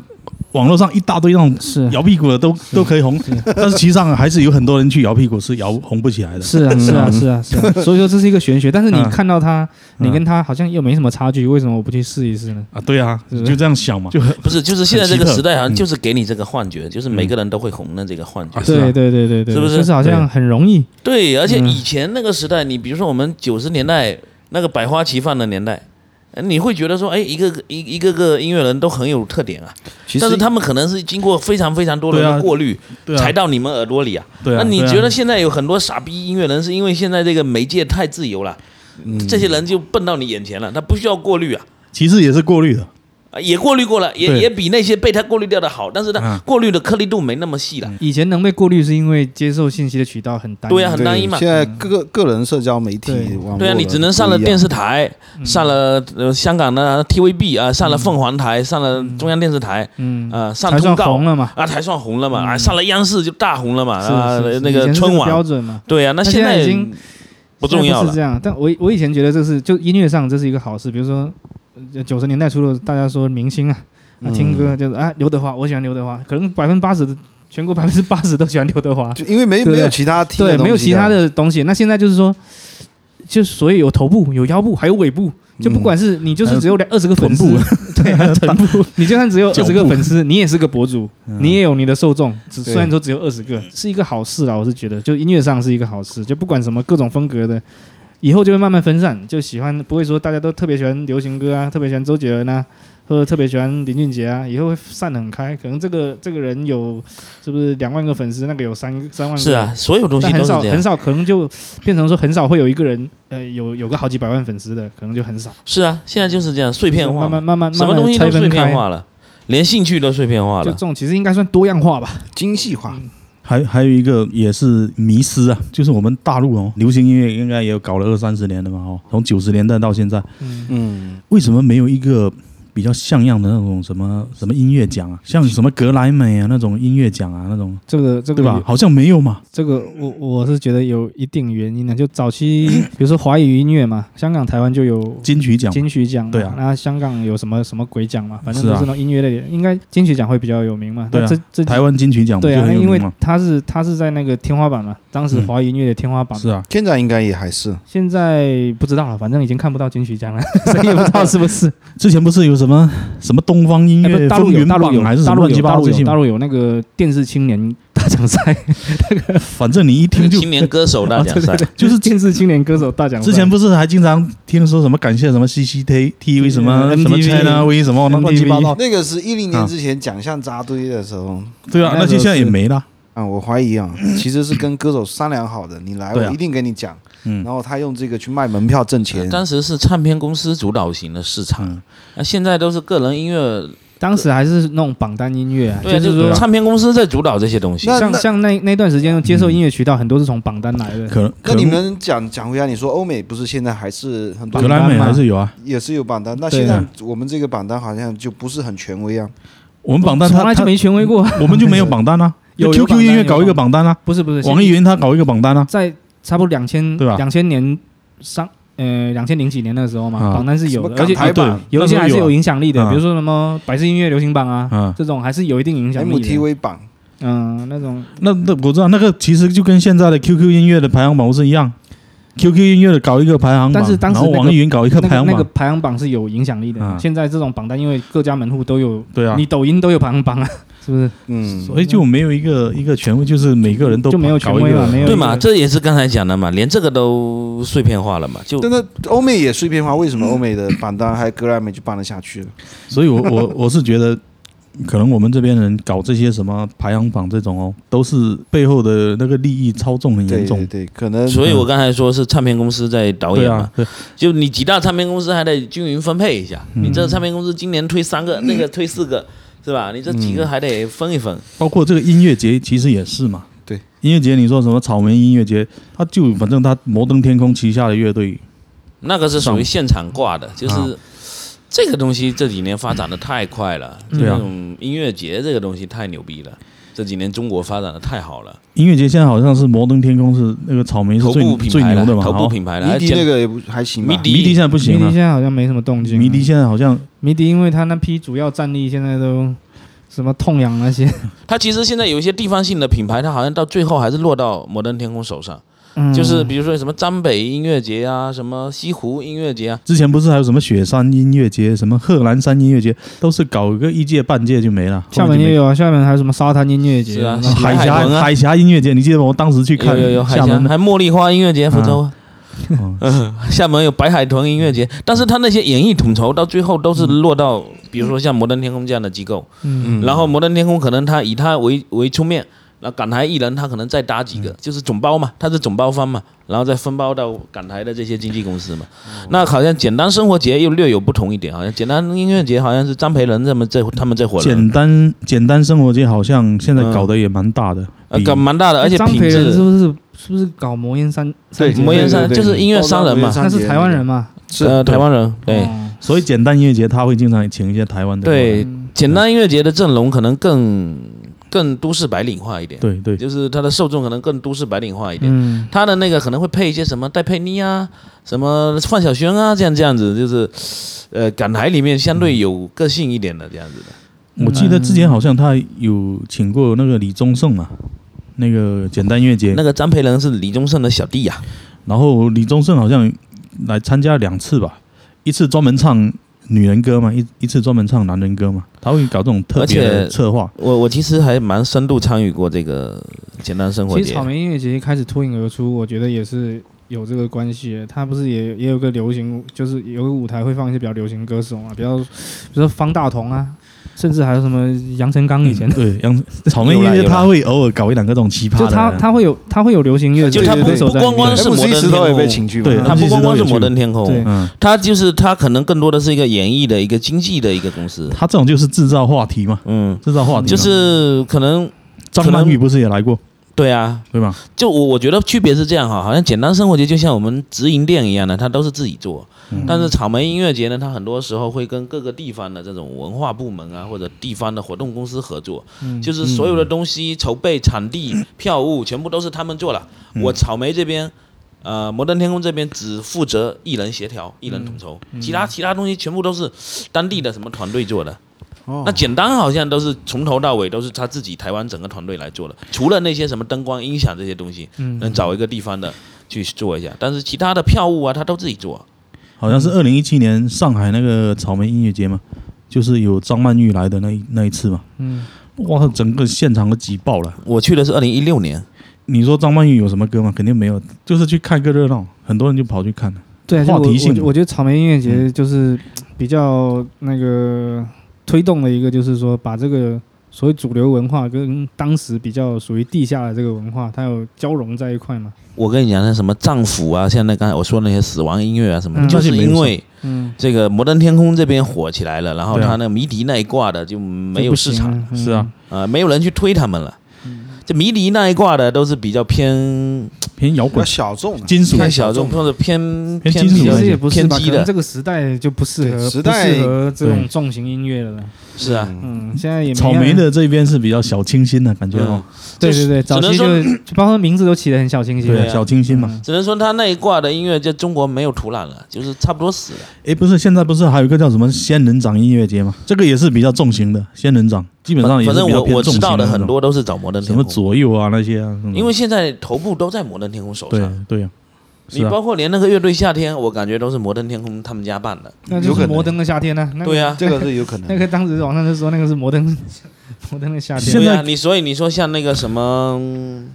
网络上一大堆那种是啊摇屁股的都都可以红，但是其实上还是有很多人去摇屁股是摇红不起来的。是啊是啊是啊是啊，所以说这是一个玄学，但是你嗯看到她，嗯你跟她好像又没什么差距，为什么我不去试一试呢？啊，对啊，是就这样想嘛，就很不是，就是现在这个很奇特时代好像嗯就是给你这个幻觉，就是每个人都会红的这个幻觉。啊是啊对对对对对，是不是就是好像很容易，对，而且嗯以前那个时代，你比如说我嗯们九十年代那个百花齐放的年代。呃你会觉得说，哎，一个个一一个个音乐人都很有特点啊，其实但是他们可能是经过非常非常多人对啊的过滤，对啊才，到你们耳朵里啊。对啊。那你对啊觉得现在有很多傻逼音乐人，是因为现在这个媒介太自由了，嗯这些人就蹦到你眼前了，他不需要过滤啊。其实也是过滤的，啊也过滤过了，也对也比那些被他过滤掉的好，但是他嗯过滤的颗粒度没那么细了。以前能被过滤是因为接受信息的渠道很单一，对啊很单一嘛现在各个个人社交媒体对网络对啊，你只能上了不一样电视台，嗯上了呃香港的 TVB 啊，上了凤凰台，上了中央电视台，嗯，啊，上才通算告红了嘛。啊，才算红了嘛，啊，上了央视就大红了嘛，啊是是，是那以前是个这春标晚，准嘛，对啊，那那现现在在已经不重要现在了是。这样，但我以我以前觉得这是就音乐上这是一个好事，比如说呃九十年代初的大家说明星啊，啊听歌就是啊刘德华，我喜欢刘德华，可能百分之八十的全国百分之八十都喜欢刘德华，就因为没对不对没有其他听对，的东西啊没有其了他的东西。那现在就是说，就所以有头部、有腰部，还有尾部，就不管是你就是只有二十个粉丝， <laughs> 对，还有臀部，你就算只有二十个粉丝，你也是个博主，你也有你的受众，只对虽然说只有二十个，是一个好事啦。我是觉得，就音乐上是一个好事，就不管什么各种风格的。以后就会慢慢分散，就喜欢不会说大家都特别喜欢流行歌啊，特别喜欢周杰伦啊，或者特别喜欢林俊杰啊，以后会散得很开。可能这个这个人有是不是两万个粉丝，那个有三三万个，是啊，所有东西但都很是少这样很。少，可能就变成说很少会有一个人，呃，有有个好几百万粉丝的，可能就很少。是啊，现在就是这样碎片化慢嘛，慢慢慢什么慢慢东西拆都分碎片开化了，连兴趣都碎片化就这了。种其实应该算多样化吧。精细化，还还有一个也是迷失啊，就是我们大陆哦，流行音乐应该也有搞了二三十年了嘛哦，从九十年代到现在，嗯，嗯，为什么没有一个比较像样的那种什么什么音乐奖啊，像什么格莱美啊那种音乐奖啊那种，这个这对个吧？有好像没有嘛，这个我我是觉得有一定原因的。就早期比如说华语音乐嘛，香港、台湾就有金曲奖金曲奖嘛，对啊那香港有什么什么鬼奖嘛，反正是都啊是那种音乐类的，应该金曲奖会比较有名嘛。对啊那这这台湾金曲奖不对就啊，那很有因为名嘛？它是它是在那个天花板嘛，当时嗯华语音乐的天花板嘛是啊，现在应该也还是现在不知道了，反正已经看不到金曲 <laughs> 奖了，所以也不知道是不是。之前不是有什么什么东方音哎不乐大陆风有，云大陆榜有，还是什大么陆乱七有，八大糟陆这些有，嘛大陆有那个电视青年奖赛，反正你一 <laughs> 听就青年歌手大奖赛哦对对对 <laughs> 就是电视青年歌手大奖赛。之前不是还经常听说什么感谢什么啊 CCTV 什么什么 MTV China V 什么那乱七八糟，那个是一零年啊之前奖项扎堆的时候，对啊，那那时候些现在也是没了。啊，我怀疑啊，其实是跟歌手商量好的，你来对啊我一定给你奖，嗯然后他用这个去卖门票挣 <laughs> 钱。当时是唱片公司主导型的市场嗯，那现在都是个人音乐，当时还是那种榜单音乐啊，对啊，就是就是说唱片公司在主导这些东西那。像像那那段时间接受音乐渠道很多是从榜单来的，可能那可你能们讲讲回来，你说欧美不是现在还是很多格莱美还是有啊。也是有榜单，那对现啊在我们这个榜单好像就不是很权威啊。我嗯们榜单从他嗯来就他没权威过。我们就没有榜单啊。 <laughs> 有有 QQ 榜单音乐有搞一个榜单啊， <laughs> 不是不是，网易云他搞一个榜单啊。在差不多两千对吧啊两千年上呃两千零几年那个时候嘛，啊榜单是有的，什么而且港台版啊对有一些还那是有时候有啊影响力的，啊比如说什么百事音乐流行榜啊啊， <laughs> 这种还是有一定影哎响力啊的。 MTV 榜，嗯，那种那那我知道，那个其实就跟现在的 QQ 音乐的排行榜是一样，QQ 音乐的搞一个排行榜，嗯但是当时然后那个网易云搞一那个排个行那个榜，排行榜是有影响力的啊。现在这种榜单，因为各家门户都有，对啊你，抖音都有排行榜啊，是不是？嗯，所以就没有一个一个权威，就是每个人都就没有搞权一威个嘛，没有对一嘛，个这也是刚才讲的嘛，连这个都碎片化了嘛，就但那欧美也碎片化，为什么欧美的榜单还格莱美就办得下去了？所以我我 <laughs> 我是觉得，可能我们这边人搞这些什么排行榜这种哦，都是背后的那个利益操纵很嗯对严对重。对，可能嗯所以我刚才说是唱片公司在导对演嘛啊，，对就你几大唱片公司还得均匀分配一下，嗯你这唱片公司今年推三个，那个推四个，是吧？你这几个还得分一分。包括这个音乐节其实也是嘛。对，音乐节你说什么草莓音乐节，它就反正它摩登天空旗下的乐队，那个是属于现场挂的，就是、啊这个东西这几年发展的太快了，对啊这种音乐节这个东西太牛逼了。这几年中国发展的太好了，音乐节现在好像是摩登天空是那个草莓是头最部品最牌牛了，的嘛，头部哦品牌了，迷还 E 笛那剪个也不还行吧迷。笛迷笛现在不行迷笛了现，在好像没什么动静啊。迷笛现在好像迷笛，因为他那批主要战力现在都 <laughs> 什么痛痒那些，它其实现在有一些地方性的品牌，它好像到最后还是落到摩登天空手上，嗯就是比如说什么张北音乐节啊，什么西湖音乐节啊，之前不是还有什么雪山音乐节、什么贺兰山音乐节，都是搞个一届半届就没了。厦后面门就没也有啊，厦门还有什么沙滩音乐节，是啊然后海海峡豚啊海峡音乐节，你记得吗？我当时去看有有有，海厦峡门的，还茉莉花音乐节，福州啊，嗯 <laughs> 嗯哦厦门有白海豚音乐节，但是它那些演艺统筹到最后都是落到，比如说像摩登天空这样的机构，嗯，然后摩登天空可能它以它为为出面，那港台艺人他可能再搭几嗯个，就是总包嘛，他是总包方嘛，然后再分包到港台的这些经纪公司嘛。嗯那好像简单生活节又略有不同一点，好像简单音乐节好像是张培仁这么这他们这伙人，简单简单生活节好像现在搞得也蛮大的，呃，比搞蛮大的，而且张品培仁是质。不是是不是搞魔岩山？对山摩节耶岩山对对哦就是音乐商人嘛，那是台湾人嘛？是呃，台湾人对。哦嗯所以简单音乐节他会经常请一些台湾的过来。对，简单音乐节的阵容可能更更都市白领化一点，对对，就是它的受众可能更都市白领化一点。嗯，它的那个可能会配一些什么戴佩妮啊，什么范晓萱啊，这样这样子，就是呃港台里面相对有个性一点的这样子的。我记嗯得之前好像他有请过那个李宗盛嘛，那个简单音乐节那，个张培仁是李宗盛的小弟呀、然后李宗盛好像来参加两次吧，一次专门唱女人歌嘛，一一次专门唱男人歌嘛，他会搞这种特别而且的策划。我我其实还蛮深度参与过这个简单生活其实节草。莓音乐节一开始脱颖而出，我觉得也是有这个关系的。他不是也也有个流行，就是有个舞台会放一些比较流行歌手嘛，比较比如说方大同啊，甚至还有什么杨成刚以前。 <laughs> 对，杨草莓音乐有啦有节啦他会偶尔搞一两个这种奇葩嗯就的，他，他会有他会有流行乐，就他不歌手在里面不光光是摩登 MC 天空石头也被请去嘛，嗯对它不光光是摩登天空对，嗯，它就是它可能更多的是一个演艺的一个经济的一个公司。他这种就是制造话题嘛，嗯，制造话题嘛，就是可能张曼玉不是也来过对啊，对吧？就我我觉得区别是这样哈，好像简单生活节就像我们直营店一样的，它都是自己做，但是草莓音乐节呢，它很多时候会跟各个地方的这种文化部门啊，或者地方的活动公司合作，就是所有的东西筹备、场地、票务全部都是他们做了，我草莓这边。呃，摩登天空这边只负责艺人协调、艺人统筹，其他其他东西全部都是当地的什么团队做的。哦那简单好像都是从头到尾都是他自己台湾整个团队来做的，除了那些什么灯光、音响这些东西，能找一个地方的去做一下，但是其他的票务啊，他都自己做。好像是二零一七年上海那个草莓音乐节嘛，就是有张曼玉来的那一那一次嘛。嗯，哇，整个现场都挤爆了。我去的是二零一六年，你说张曼玉有什么歌吗？肯定没有，就是去看个热闹，很多人就跑去看了。对啊，就话我题我性觉我觉得草莓音乐节就是比较那个推动的一个，就是说把这个所谓主流文化跟当时比较属于地下的这个文化，它有交融在一块嘛。我跟你讲那什么丈夫啊，像那刚才我说那些死亡音乐啊什么的，嗯就是那就没有因为嗯，这个摩登天空这边火起来了，然后对啊他那迷笛那一挂的就没这有不市行场，啊，嗯是啊，啊、没有人去推他们了。这迷笛那一挂的都是比较偏偏摇比较滚、小众 <laughs> 啊，金属偏小众，或者偏偏金属比其较实也不是偏吧，激可能的这，个时代就不适合对时代不适合这对种重型音乐了啦。是啊，啊嗯嗯，现在也没草莓啊的这边是比较小清新的感觉哦，对就是对对，只早能期就说就包括名字都起得很小清新。对啊小清新嘛。嗯只能说他那一挂的音乐在中国没有土壤了，就是差不多死了。诶，不是，现在不是还有一个叫什么仙人掌音乐节吗？这个也是比较重型的，仙人掌基本上也反是正比较我偏我重知型道的那种很多都是找摩登什天么空，左右啊那些啊，那种因为现在头部都在摩登天空手对上。啊对呀，你是啊包括连那个乐队夏天，我感觉都是摩登天空他们家办的。那就有可是能摩登的夏天呢。那个对啊，这个是有可能那的。个当时网上就说那个是摩登 <laughs> 摩登的夏天。现对在啊，你所以你说像那个什么嗯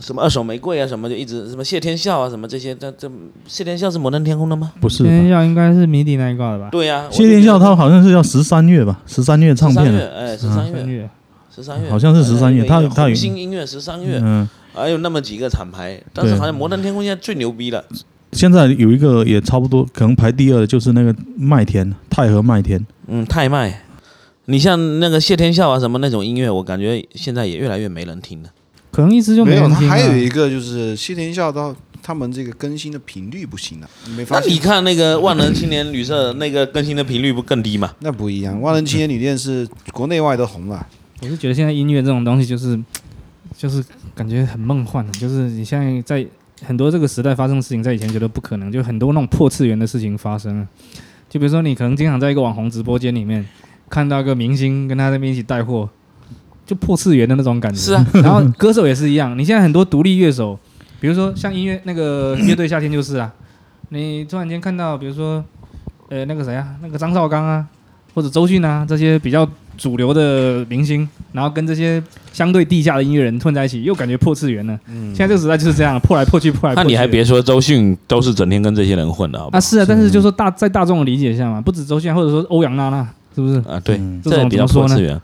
什么二手玫瑰啊，什么就一直什么谢天笑啊，什么这些，这这谢天笑是摩登天空的吗？不是谢天吧笑应该是谜底那一挂的吧？对啊呀、谢天笑，他好像是叫十三月吧，十三月唱片十三月，的，哎，十三三月，月，十三月，好像是13月他他有有新音乐十三月，嗯，还哎有那么几个厂牌，但是对好像摩登天空现在最牛逼了。现在有一个也差不多，可能排第二的就是那个麦田，太和麦田，嗯，太麦，你像那个谢天笑啊什么那种音乐，我感觉现在也越来越没人听了。可能一直就没有，人它听啊还有一了。个就是谢天笑到他们这个更新的频率不行了，你没那发你现？看那个万能青年旅社那个更新的频率不更低吗？那不一样，万能青年旅店是国内外都红啊了，我是觉得现在音乐这种东西就是就是感觉很梦幻的，就是你现在在很多这个时代发生的事情，在以前觉得不可能，就很多那种破次元的事情发生啊了。就比如说你可能经常在一个网红直播间里面看到一个明星跟他在那边一起带货，就破次元的那种感觉。是啊，然后歌手也是一样，你现在很多独立乐手，比如说像音乐那 <clears throat> 个乐队夏天就是啊，你突然间看到，比如说呃那个谁啊，那个张绍刚啊，或者周迅啊这些比较主流的明星，然后跟这些相对地下的音乐人混在一起，又感觉破次元了。嗯现在这个时代就是这样，破来破去，破来破那去。你还别说，周迅都是整天跟这些人混的，好吧啊？？是啊，但是就说大在大众的理解下嘛，不止周迅啊，或者说欧阳娜娜，是不是？啊，对，嗯这这种比怎么较说破呢次元。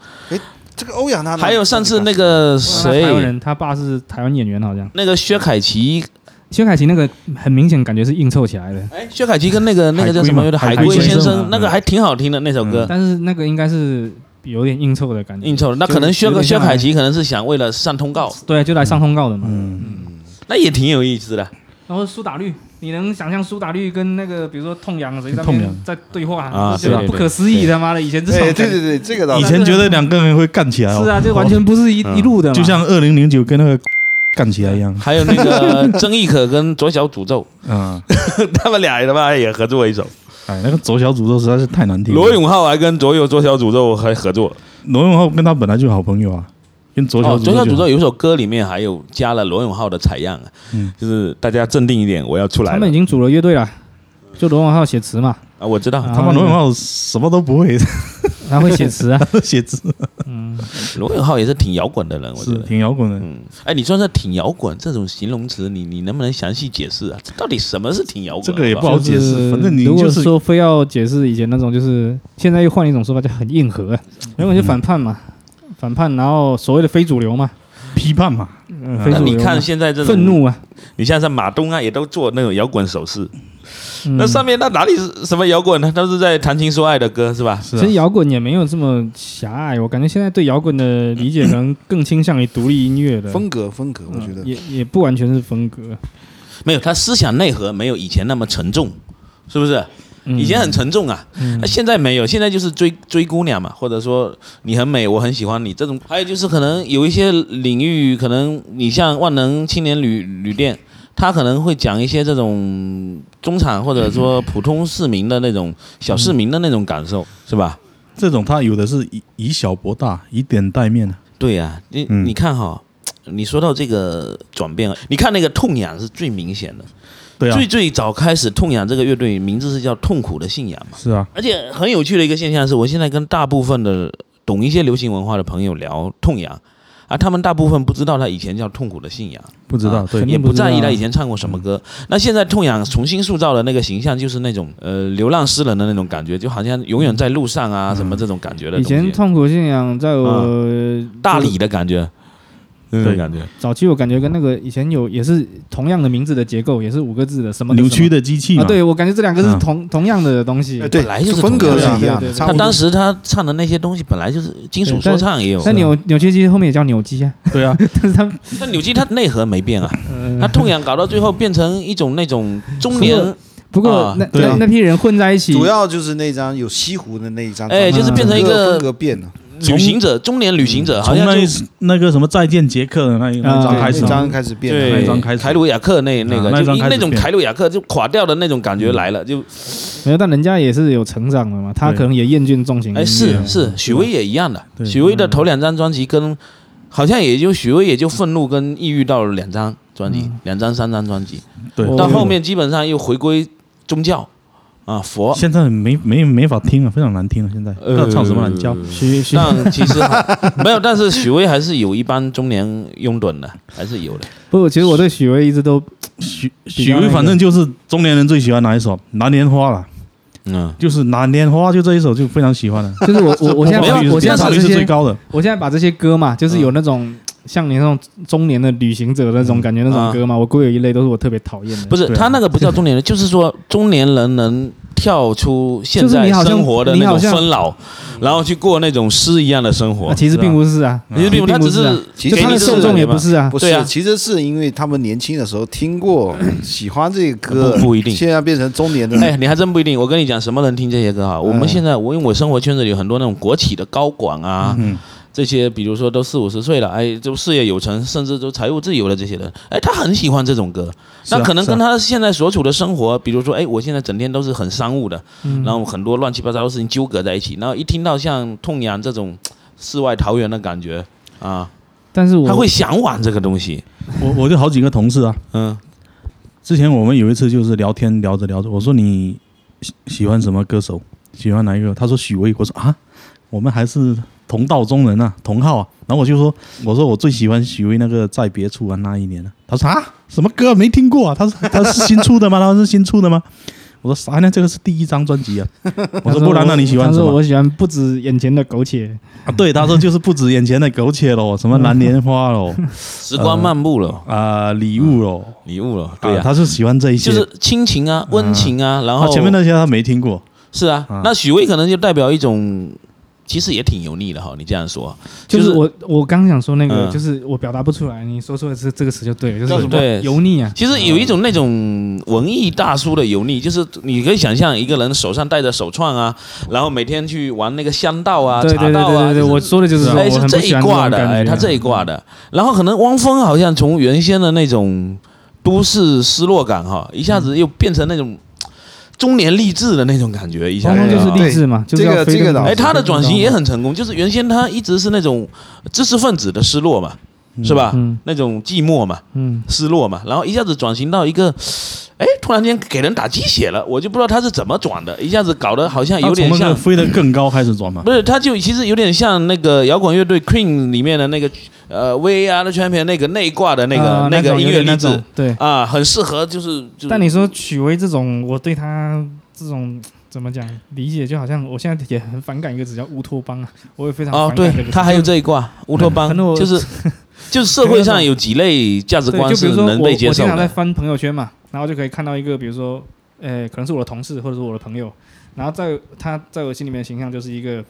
这个欧阳娜娜还有上次那个台湾谁，人，他爸是台湾演员，好像。那个薛凯琪，薛凯琪那个很明显感觉是硬凑起来的，哎，薛凯琪跟那个那个叫海什龟么嘛海海龟龟先先生生嘛，那个还挺好听的那首歌。但是那个应该是有点硬凑的感觉，应酬，那可能嗯就薛有点薛像凯琪可能是想为了上通告，对，就来上通告的嘛。嗯，那也挺有意思的。然后苏打绿，你能想象苏打绿跟那个比如说痛痒谁在那痛边痒在对话啊就觉得对不对可思议，对他妈的，以前这 <laughs> 种对感觉对对对，这个倒以是前觉得两个人会干起来哦，是啊，这完全不是一嗯一路的嘛， <laughs> 就像二零零九跟那个 <laughs> 干起来 <laughs> 一样，还有那个曾轶可跟左小诅咒，嗯， <laughs> 他们俩他妈也合作一首。哎，那个左小诅咒实在是太难听了。罗永浩还跟左右左小诅咒还合作。罗永浩跟他本来就好朋友啊，跟左小哦，诅左小咒就诅好咒有首歌里面还有加了罗永浩的采样啊嗯，就是大家镇定一点，我要出来他了们已经组了乐队了，就罗永浩写词嘛，啊！我知道他妈罗永浩什么都不会， <laughs> 他会写词啊，他写字嗯，罗永浩也是挺摇滚的人，我觉是得。挺摇滚的。嗯，哎，你说这挺摇滚这种形容词，你你能不能详细解释啊？这到底什么是挺摇滚？啊这个也好不好好解释，反正你如果就是说非要解释以前那种，就是现在又换一种说法，叫很硬核，然后就反叛嘛，反叛，然后所谓的非主流嘛，批判嘛。嗯，那非那主你流嘛看，现在这种愤，怒啊，你像像马东啊，也都做那种摇滚手势。嗯那上面那哪里是啊什么摇滚呢？都是在谈情说爱的歌是吧？是啊其实摇滚也没有这么狭隘，我感觉现在对摇滚的理解可能更倾向于独立音乐的风格风格，我嗯觉得也也不完全是风格。没有，他思想内核没有以前那么沉重，是不是？嗯以前很沉重啊，那、现在没有，现在就是追追姑娘嘛，或者说你很美，我很喜欢你这种。还有就是可能有一些领域，可能你像万能青年旅旅店，他可能会讲一些这种中产或者说普通市民的那种小市民的那种感受，是吧？这种他有的是以以小博大，以点带面啊。对呀、你、嗯你看哈。你说到这个转变，你看那个痛痒是最明显的，对啊最，最早开始痛痒这个乐队名字是叫痛苦的信仰嘛。是啊，而且很有趣的一个现象是，我现在跟大部分的懂一些流行文化的朋友聊痛痒，而他们大部分不知道他以前叫痛苦的信仰，不知道，啊对肯，定也不不知道在意他以前唱过什么歌。那现在痛痒重新塑造的那个形象，就是那种呃流浪诗人的那种感觉，就好像永远在路上啊，什么这种感觉的以东前西。痛苦信仰在我、大理的感觉，那种对感觉。早期，我感觉跟那个以前有也是同样的名字的结构，也是五个字的什么扭曲的的机器什么嘛，啊，对我感觉这两个是嗯同、同样的东西哎。对，本来就是风格同是样一的样对的，对对差他不多当时他唱的那些东西本来就是金属对说但唱也有，但扭扭曲机后面也叫扭机啊， <laughs> 对啊，但是他们但扭机它内核没变啊，嗯呃它痛痒搞到最后变成一种那种中年，不过、啊那对啊那那批人混在一起，主要就是那张有西湖的那一张，哎就是变成整一个风格变了，旅行者，中年旅行者，好从像那就那那个什么再见杰克的那一那一啊张开始那嘛，张开始变了，那一张开始凯鲁亚克那那个，啊那一就张因开始那种变凯鲁亚克就垮掉的那种感觉嗯来了，就没有，但人家也是有成长的嘛，他对可能也厌倦重情音乐哎是啊是，许巍也一样的，对许巍的头两张专辑跟好像也就许巍也就愤怒跟抑郁到了两张专辑，嗯两张三张专辑，对哦，到后面基本上又回归宗教啊佛，现在没没没法听了，非常难听了，现在不知道唱什么难教，许许但其 <laughs> 实还没有，但是许巍还是有一帮中年拥趸的，还是有的。不，其实我对许巍一直都许较许那巍个反正就是中年人最喜欢哪一首《蓝莲花》了，嗯，就是《蓝莲花》就这一首就非常喜欢了。就是我我我现在没有把点我现在把击率这啊是些最高的，我现在把这些歌嘛，就是有那种、像你那种中年的旅行者那种感觉那种歌嘛，我归有一类都是我特别讨厌的。不是，对啊他那个不叫中 <laughs> 年人，就是说中年人能跳出现就是在你好像生活的你那好种像纷扰，然后去过那种诗一样的生活啊、。其实并不是啊，其实并不，并他不只是啊是其就实给他你的这是受种众感也觉嘛不是啊不对啊是，其实是因为他们年轻的时候听过，喜欢这个歌，不不一定现在变成中年的，哎，你还真不一定。我跟你讲，什么人听这些歌哈？我嗯们现在，我因为我生活圈子里有很多那种国企的高管啊，嗯，这些比如说都四五十岁了，哎，就事业有成，甚至都财务自由了这些人，哎，他很喜欢这种歌。是啊那可能是啊跟他现在所处的生活，比如说，哎，我现在整天都是很商务的，嗯然后很多乱七八糟的事情纠葛在一起，然后一听到像痛痒这种世外桃源的感觉啊，但嗯是我他会向往这个东西。我我就好几个同事啊，嗯之前我们有一次就是聊天聊着聊着，我说你喜喜欢什么歌手？喜欢哪一个？他说许巍。我说啊，我们还是同道中人啊，同号啊。然后我就说，我说我最喜欢许巍那个《在别处》啊，那一年啊。他说啊，什么歌没听过啊？他说他是新出的吗？他说是新出的吗？我说啥呢？这个是第一张专辑啊。我说不然那你喜欢他什说么？我喜欢不止眼前的苟且，啊对，他说就是不止眼前的苟且咯，什么蓝莲花咯，时光漫步了，啊、礼物咯，礼物了，对啊呀、他是喜欢这一些。就是亲情啊，温情啊，然嗯啊后前面那嗯些他没听过，是啊，那许巍可能就代表一种，其实也挺油腻的哈。你这样说，就是就是我我刚想说那个，嗯就是我表达不出来，你说出来是这个词就对了，就是叫什么对油腻啊，其实有一种那种文艺大叔的油腻，就是你可以想象一个人手上戴着手串啊，然后每天去玩那个香道啊、对茶对对道啊，对对对，就是我说的就是说哎，我很这不一喜欢这挂种的，感哎，觉，他这一挂的。然后可能汪峰好像从原先的那种都市失落感哈，一下子又变成那种中年励志的那种感觉，一下汪峰子就。是对励志嘛，就是这要个飞这得个倒高是哎，他的转型也飞得很成功，就是原先他一直是那种知识分子的失落嘛，嗯是吧？嗯那种寂寞嘛，高嗯，失落嘛，然后一下子转型到一个，哎，突然间给人打鸡血了，我就不知道他是怎么转的，一下子搞得好像有点哦他从那像个，飞得更高开始转嘛。不是，他就其实有点像那个摇滚乐队 Queen 里面的那个呃 VR 的 champion 那个内挂的那个、啊那种个音有乐点那励志种对。啊，很适合就是就但你说许巍这种，我对他这种怎么讲理解，就好像我现在也很反感一个词叫乌托邦啊，我也非常哦，反对感这个词他还有这一挂乌托邦反正，我就是 <laughs> 就是社会上有几类价值对，就观比是如说我能我被接经受常在的，翻朋友圈嘛，然后就可以看到一个，比如说，呃，可能是我的同事或者是我的朋友，然后在他在我心里面的形象就是一个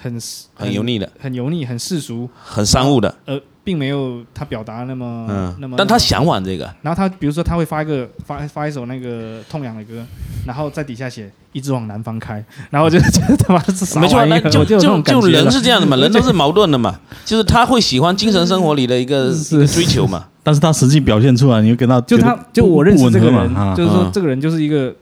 很很油、腻的，很油腻、很世俗，很商务的，呃，并没有他表达那么、嗯那么，，但他那么向往这个，然后他比如说他会发一个发发一首那个痛痒的歌，然后在底下写一直往南方开，然后我就觉得他妈是啥没错，玩意那儿，就我就有这就种感就觉了人是这样 <laughs> 的嘛，人都是矛盾的嘛，就是他会喜欢精神生活里的一个是一个追求嘛，但是他实际表现出来，你就跟他就觉得他就不我认识不这个吻合人，嘛啊啊就是说嗯这个人就是一个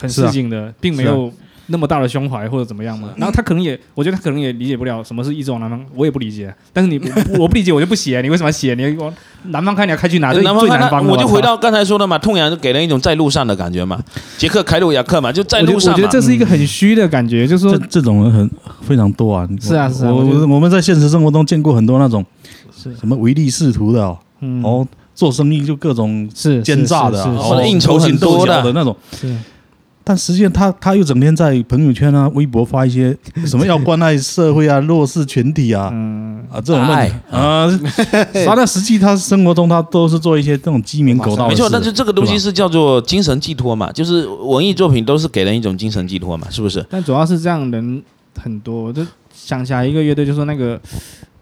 很市井的，并没有那么大的胸怀或者怎么样啊嘛。然后他可能也，我觉得他可能也理解不了什么是一直往南方，我也不理解。但是你我不理解，我就不写，你为什么要写？你往南方开，你要开去哪？最呃南啊方最看南他，方的，我就操回。到刚才说的嘛，痛痒就给人一种在路上的感觉嘛。捷克凯鲁亚克嘛，就在我觉路得上我觉得嘛。这是一个很虚的感觉，就嗯是这说这种人很非常多啊。是啊是啊我我觉得我我们在现实生活中见过很多那种是什么唯利是图的哦，嗯然后做生意就各种是奸诈的啊，是然是后或者应酬勾心挺斗多的角的那种。是是但实际上他，他又整天在朋友圈啊、微博发一些什么要关爱社会啊、弱势群体啊、嗯，啊这种问题哎啊，他那实际他生活中他都是做一些这种鸡鸣狗盗的没事错，但是这个东西对是叫做精神寄托嘛，就是文艺作品都是给人一种精神寄托嘛，是不是？但主要是这样人很多，我就想起来一个乐队，就说那个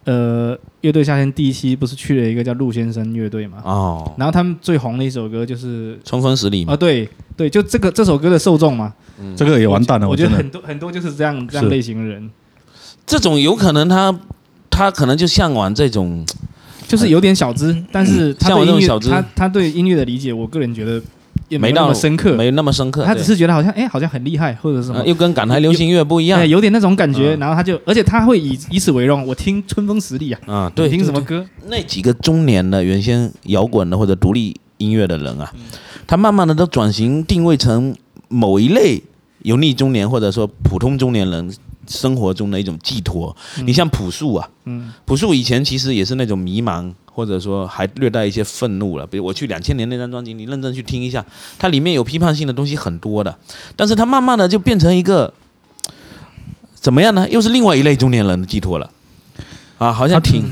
呃，乐队夏天第一期不是去了一个叫陆先生乐队嘛，哦，然后他们最红的一首歌就是春风十里啊，嘛，对对，就这个这首歌的受众嘛，这个也完蛋了，我我觉真得的很多很多就是这样这样是类型的人，这种有可能他他可能就向往这种就是有点小资，但是他嗯像我对这种音小乐资他他对音乐的理解，我个人觉得也没有那到么深刻，没那么深刻，他只是觉得好像哎好像很厉害或者是对什么呃。又跟港台流行乐不一样哎，，有点那种感觉，嗯然后他就，而且他会以以此为荣。我听春风十里啊，嗯，对，你听什么对？歌？对那几个中年的原先摇滚的或者独立音乐的人啊，他慢慢的都转型定位成某一类油腻中年或者说普通中年人生活中的一种寄托。你像朴树啊，嗯朴树以前其实也是那种迷茫，或者说还略带一些愤怒了。比如我去两千年那张专辑，你认真去听一下，它里面有批判性的东西很多的，但是它慢慢的就变成一个怎么样呢？又是另外一类中年人的寄托了，啊，好像挺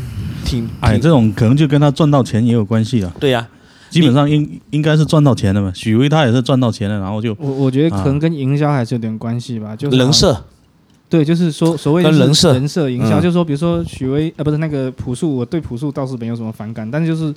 挺哎，挺这种可能就跟他赚到钱也有关系了。对呀、基本上应应该是赚到钱的嘛。许巍他也是赚到钱了，然后就我我觉得可能跟营销还是有点关系吧，就是啊人设对，就是说所谓跟就是人设人设营销，嗯就是说比如说许巍呃不是那个朴树，我对朴树倒是没有什么反感，但是就是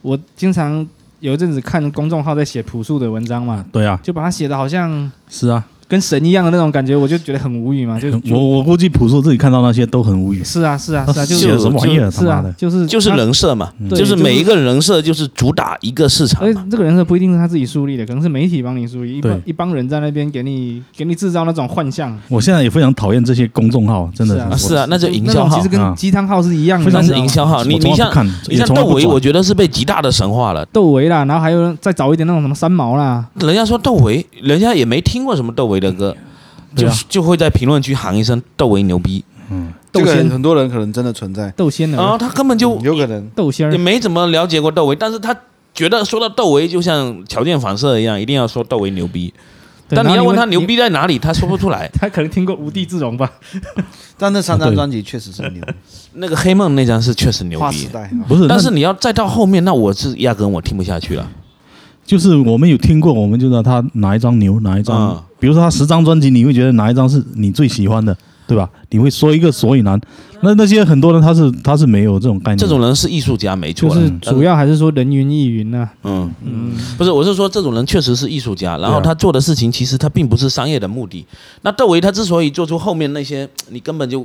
我经常有一阵子看公众号在写朴树的文章嘛，对啊，就把他写的好像是啊，跟神一样的那种感觉，我就觉得很无语 <laughs> 嘛，就就我我估计朴树自己看到那些都很无语，是啊是啊是啊，就写的什么玩意儿，他是妈啊的，就是就是他。人设嘛，对就是就是每一个人设就是主打一个市场而且嘛。哎这个人设不一定是他自己树立的，可能是媒体帮你树立，一帮对一帮人在那边给你给你制造那种幻象，我现在也非常讨厌这些公众号，真的是啊啊，哎我是啊，那就营那销种号其实，啊跟鸡汤号是一样的，那你是知道吗营销号。你我从你来不像看，你也像从来窦不唯，转我觉得是被极大的神化了。窦唯啦，然后还有再早一点那种什么三毛啦，人家说窦唯，人家也没听过什么窦唯的歌，对就啊就会在评论区喊一声窦唯牛逼，窦这个仙很多人可能真的存在，窦仙然后儿、他根本就嗯有可能。窦仙也儿，没怎么了解过窦唯，但是他觉得说到窦唯就像条件反射一样，一定要说窦唯牛逼，对但然你后要问会。他牛，逼在哪里，他说不出来他可能听过无地自容吧？但那三啊张对专辑确实是牛，那个黑梦那张是确实牛划时逼，代。不是，但是那你要再到后面，那我是压根我听不下去了。就是我们有听过，我们就知道他哪一张牛，哪一嗯张，比如说他十张专辑，你会觉得哪一张是你最喜欢的，对吧？你会说一个所以然。那那些很多人他是他是没有这种概念，这种人是艺术家没就错了是，主要还是说人云亦云呐、嗯。嗯，不是，我是说这种人确实是艺术家，然后对啊他做的事情其实他并不是商业的目的。那窦唯他之所以做出后面那些你根本就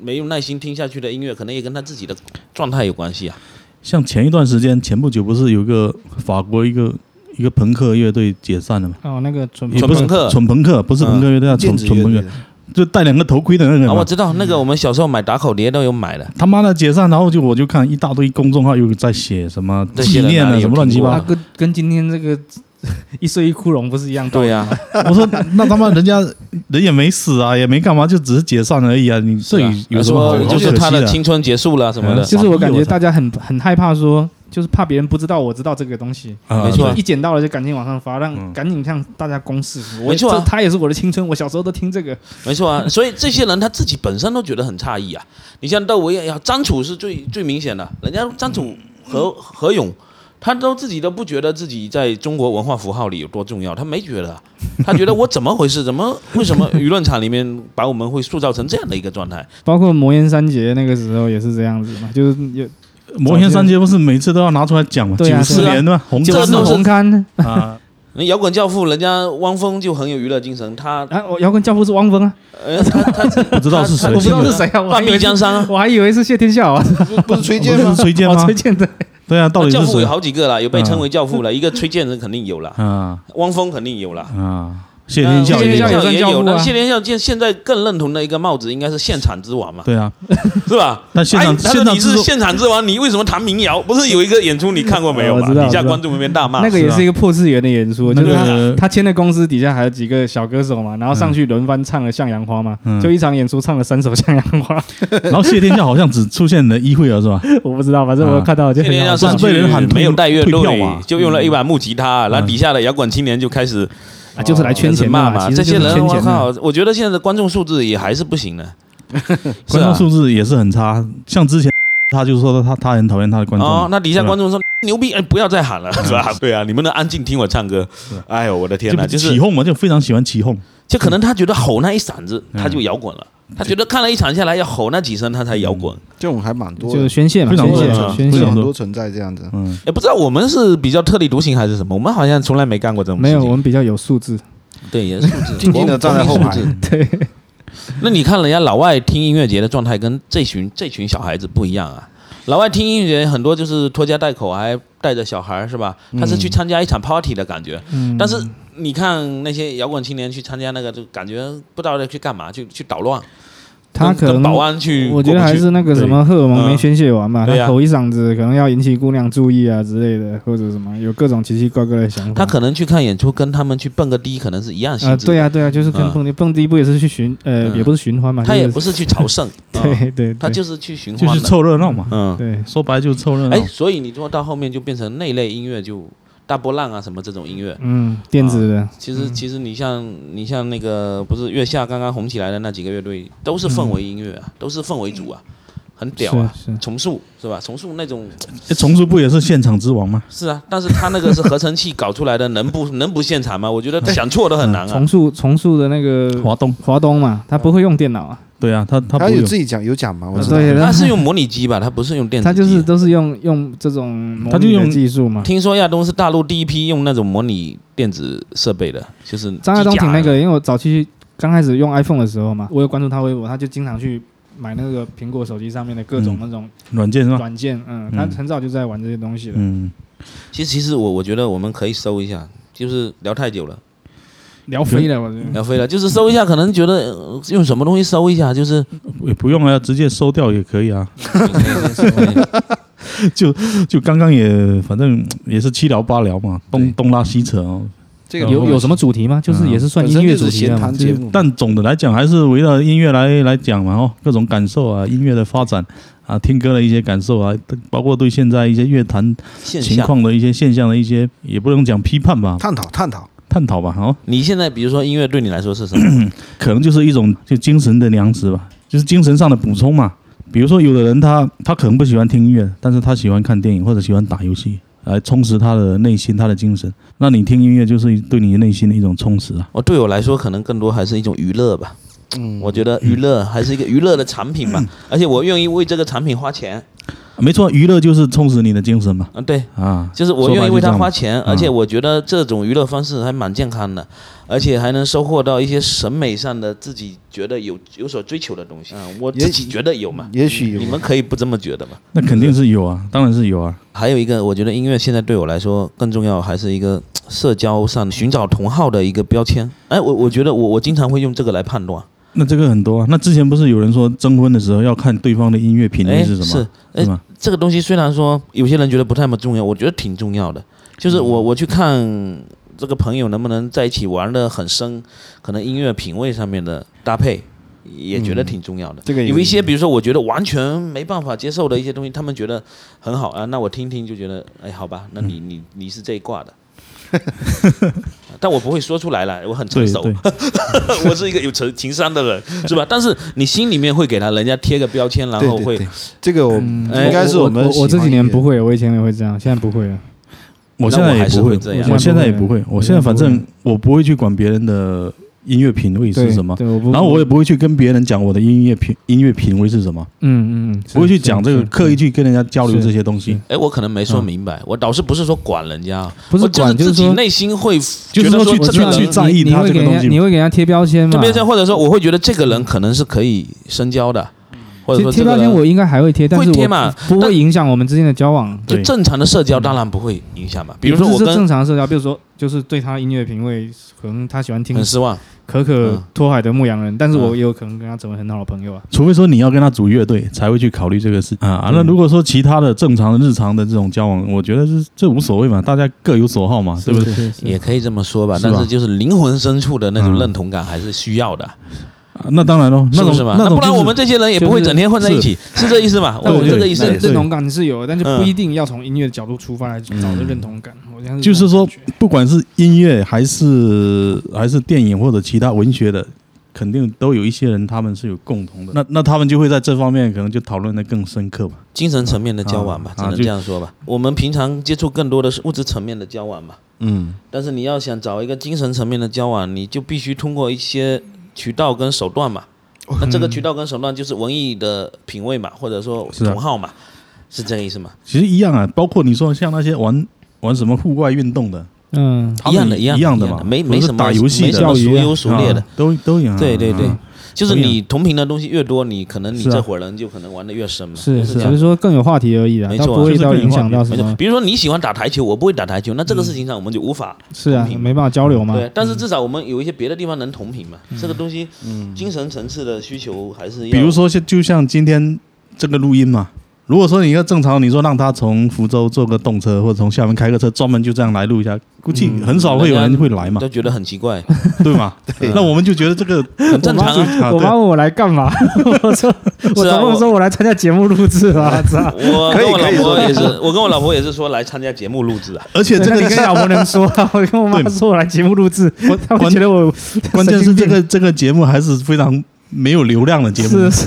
没有耐心听下去的音乐，可能也跟他自己的状态有关系啊。像前一段时间，前不久不是有一个法国一个一个朋克乐队解散了吗？哦，那个纯也嗯纯不是朋克嗯纯朋克，不是朋克乐队，叫啊纯电子纯乐朋队克的，就戴两个头盔的那个人啊，嘛我。知道那个我们小时候买打口碟都有买的，他妈的解散，然后就我就看一大堆公众号又在写什么这纪些人念哪啊里什么有乱七听过八那啊糟。跟跟今天这个 <laughs> 一岁一窟窿不是一样道理？对啊呀、我说那他妈人家人也没死啊，也没干嘛，就只是解散而已啊，你这啊有什么好说好就是可他惜的青春结束了什么的，就是我傻感逼觉我操大家很很害怕说，就是怕别人不知道我知道这个东西，啊没错啊一捡到了就赶紧往上发，让嗯赶紧向大家公示。我没错啊这他也是我的青春，我小时候都听这个。没错啊。 <laughs> 所以这些人他自己本身都觉得很诧异啊。你像窦唯也好，张楚是最最明显的，人家张楚何何勇。他都自己都不觉得自己在中国文化符号里有多重要，他没觉得啊，他觉得我怎么回事？怎么为什么舆论场里面把我们会塑造成这样的一个状态？包括魔岩三杰那个时候也是这样子嘛，就是有摩天三杰不是每次都要拿出来讲嘛，对啊九四是啊年嘛，红这砖是都嘛是红勘啊，那摇滚教父人家汪峰就很有娱乐精神，他啊，我摇滚教父是汪峰啊，呃他他不知道是我谁不知信道的，是谁啊，我还半以壁为是江山 <laughs> 啊，我还以为是谢天笑啊，不是崔不健 <laughs> 是吗？崔健哦吗崔？健 <laughs> 的，对啊，到底教是父谁有好几个了，有被称为教父了，一个崔健人肯定有了，啊汪峰肯定有了，啊？谢天笑谢也天有笑，也也有有算教父啊那谢天笑现现在更认同的一个帽子应该是现场之王嘛，对啊，是吧？但现场哎他现说场你制是作现场之王，你为什么弹民谣？不是有一个演出你看过没有我吧？知道底我下知道观众那边大骂，那个也是啊是一个破次元的演出，那就是他个他签的公司底下还有几个小歌手嘛，然后上去轮番唱了《向阳花》嘛，嗯就一场演出唱了三首《向阳花》， <laughs> 然后谢天笑好像只出现了一会儿是 <laughs> 吧？我不知道，反正我啊看到就谢很天好笑笑上去是被人喊退没有带乐退票队嘛，就用了一把木吉他，然后底下的摇滚青年就开始啊，就是来圈开始钱骂嘛，嘛。其这实就些是人，圈我钱嘛靠，我觉得现在的观众素质也还是不行的。是观啊众素质也是很差，像之前他就说他他很讨厌他的观众哦，，那底下对吧观众说 <laughs> 牛逼，哎，不要再喊了，是吧？对啊，你们能安静听我唱歌？哎呦，我的天哪，就起是哄嘛，就非常喜欢起哄。就嗯可能他觉得吼那一嗓子，嗯他就摇滚了。他觉得看了一场下来要吼那几声，他才摇滚。嗯这种还蛮多就是的，宣泄嘛，非常宣多泄啊嘛，宣非泄常很多多存在这样子。嗯，也哎不知道我们是比较特立独行还是什么，我们好像从来没干过这种事没情。有，我们比较有素质，对，也 <laughs> 是素质静静地站在后排我们对，那你看人家老外听音乐节的状态跟这群这群小孩子不一样啊。老外听音乐节很多就是拖家带口，还带着小孩儿是吧？他是去参加一场 party 的感觉。嗯但是你看那些摇滚青年去参加那个，就感觉不知道要去干嘛，去去捣乱，他跟可跟能保安去。我觉得还是那个什么荷尔蒙没宣泄完嘛，对他啊吼一嗓子可能要引起姑娘注意啊之类的，或者什么有各种奇奇怪怪的想法。他可能去看演出，跟他们去蹦个迪可能是一样性啊，质。对啊，对啊，就是跟嗯蹦迪蹦迪不也是去寻呃，嗯也不是寻欢嘛，他也就是不是去朝圣，<laughs> 嗯对对，他对就是去寻就欢是的。凑热闹嘛，嗯，对啊说白就是凑热闹哎，。所以你说到后面就变成那一类音乐，就大波浪啊什么这种音乐。嗯，电子的其实，其实你像你像那个不是月下刚刚红起来的那几个乐队，都是氛围音乐啊，都是氛围组啊，很屌啊。嗯是是重塑是吧？重塑那种哎重塑不也是现场之王吗？是啊，但是他那个是合成器搞出来的，能不能不现场吗？我觉得想错都很难啊重。塑 <laughs> 重塑的那个嗯华东，华东嘛，他不会用电脑啊，对啊，他他他不有有自己讲有讲啊吗？我知道对，他他是用模拟机吧？他不是用电子他啊机。就是都是用用这种模他就拟的用技术嘛。听说亚东是大陆第一批用那种模拟电子设备的，就是张亚东机挺甲那个，因为我早期刚开始用 iPhone 的时候嘛，我有关注他微博，他就经常去买那个苹果手机上面的各种嗯那种软件是吧？软件，嗯，他很早就在玩这些东西了。嗯，其实，其实我我觉得我们可以搜一下，就是聊太久了，聊飞了，我觉得聊飞了，就是搜一下，可能觉得呃用什么东西搜一 <laughs> 下，就是也不用啊，直接收掉也可以啊。就刚刚也反正也是七聊八聊嘛，东东拉西扯哦。这个有有什么主题吗？就是嗯也是算音乐主本身就是题闲的嘛谈。节目，呃但总的来讲，还是围绕音乐来来讲嘛，哦，各种感受啊，音乐的发展啊，听歌的一些感受啊，包括对现在一些乐坛现情象。况的一些现象的一些，也不能讲批判吧，探讨探讨，探讨吧，哦，你现在比如说音乐对你来说是什么？可能就是一种就精神的粮食吧，就是精神上的补充嘛。比如说，有的人他他可能不喜欢听音乐，但是他喜欢看电影或者喜欢打游戏，来充实他的内心、他的精神。那你听音乐就是对你内心的一种充实啊。我对我来说，可能更多还是一种娱乐吧。嗯，我觉得娱乐还是一个娱乐的产 <laughs> 品吧，而且我愿意为这个产品花钱。没错，娱乐就是充实你的精神嘛。嗯，对，啊，就是我愿意为它花钱，说白而就这且样我觉得这种娱乐方式还蛮健康的，而且还能收获到一些审美上的自己觉得有有所追求的东西。嗯，我也自己觉得有嘛，也许有你们可以不这么觉得嘛。那肯定是有啊，当然是有啊。还有一个，我觉得音乐现在对我来说更重要，还是一个嘖社交上寻找同好的一个标签。哎，我我觉得我我经常会用这个来判断。那这个很多啊。那之前不是有人说征婚的时候要看对方的音乐品哎味是什么？哎是吗？这个东西虽然说有些人觉得不太那么重要，我觉得挺重要的。就是嗯我我去看这个朋友能不能在一起玩的很深，可能音乐品味上面的搭配也觉得挺重要的。嗯这个也有一些，比如说我觉得完全没办法接受的一些东西，他们觉得很好啊，那我听听就觉得，哎，好吧，那嗯你你你是这一 <laughs> 挂的。但我不会说出来了，我很成对熟，对， <laughs> 我是一个有情情商的人，是吧？但是你心里面会给他人家贴个标签，嗯然对后对会对这个我哎应该是我们我我这几喜欢音年乐不会，我以前也会这样，现在不会了。我现在那我还也是不会会这样我现在也不不会会的，我现在反正我不会去管别人的音乐品味对是什么，对，我不。然后我也不会去跟别人讲我的音乐品音乐品味是什么，嗯嗯嗯，不会是去讲这个，是刻意去跟人家交流是这些东西，哎，我可能没说明白，我倒是不是说管人家啊，不是我就管就是自己说内心会就觉是说得说去这去个去人，在意你他会这给个人东家西你嘛。会给人家贴标签这嘛？边或者说我会觉得这个人可能是可以深交的，或者贴说贴这个标签我应该还会贴，但是会贴我嘛不不会影响我们之间的交往。就对正常的社交当然不会影响嘛。比如不说是我是跟正常社交，比如说就是对他音乐品味，可能他喜欢听很失望，可可嗯托海的牧羊人，但是嗯我也有可能跟他成为很好的朋友啊。除非说你要跟他组乐队，才会去考虑这个事啊啊。那如果说其他的正常的日常的这种交往，我觉得是这无所谓嘛，大家各有所好嘛，对不对？是？也可以这么说吧。是吧但是就是灵魂深处的那种嗯认同感还是需要的，啊那当然喽，那是种不是嘛？那那种不然就是我们这些人也不就会是整天混在一起，是这意思嘛？但我我对这个对意那也是思认同感是有，但是嗯不一定要从音乐的角度出发来找的认同感。我这样就是这种说感觉，不管是音乐还是还是电影或者其他文学的，肯定都有一些人他们是有共同的，那那他们就会在这方面可能就讨论的更深刻吧。精神层面的交往吧，啊只能啊这就样说吧。我们平常接触更多的是物质层面的交往嘛，嗯，但是你要想找一个精神层面的交往，你就必须通过一些渠道跟手段嘛。哦那这个渠道跟手段就是文艺的品味嘛，或者说是啊同好嘛，是这个意思吗？其实一样啊，包括你说像那些玩玩什么户外运动的，嗯，他一们样的，也一样一样的一嘛，没不没是什么打游戏没什的么教孰育啊优孰劣的啊，都都一样啊。对对对啊就是不一样你同频的东西越多，你可能你是啊啊这伙人就可能玩的越深嘛，是，就是这只样是。说更有话题而已啦没，它错啊不会就是到更有影响话题到没什错么。比如说你喜欢打台球，我不会打台球，那这个事情上我们就无法嗯是啊同，频没办法交流嘛。对，但是至少我们有一些别的地方能同频嘛。这个东西，精神层次的需求还是要。嗯比如，说像就像今天这个录音嘛，如果说你要正常，你说让他从福州坐个动车或者从厦门开个车，专门就这样来录一下，估计很少会有人会来嘛，都觉得很奇怪，对吗？那我们就觉得这个很正常啊。啊，我妈对，问我来干 <laughs> 嘛？我说，我是啊总共我说我来参加节目录制 <laughs> 啊，操！我可以跟我老可以婆说也是，我跟我老婆也是说来参加节目录制啊。而且这那个你跟 <laughs> 老婆能说啊？我跟我妈对说我来节目录制，她会关觉得我关键是神这经病个这个节目还是非常没有流量的节目是，是，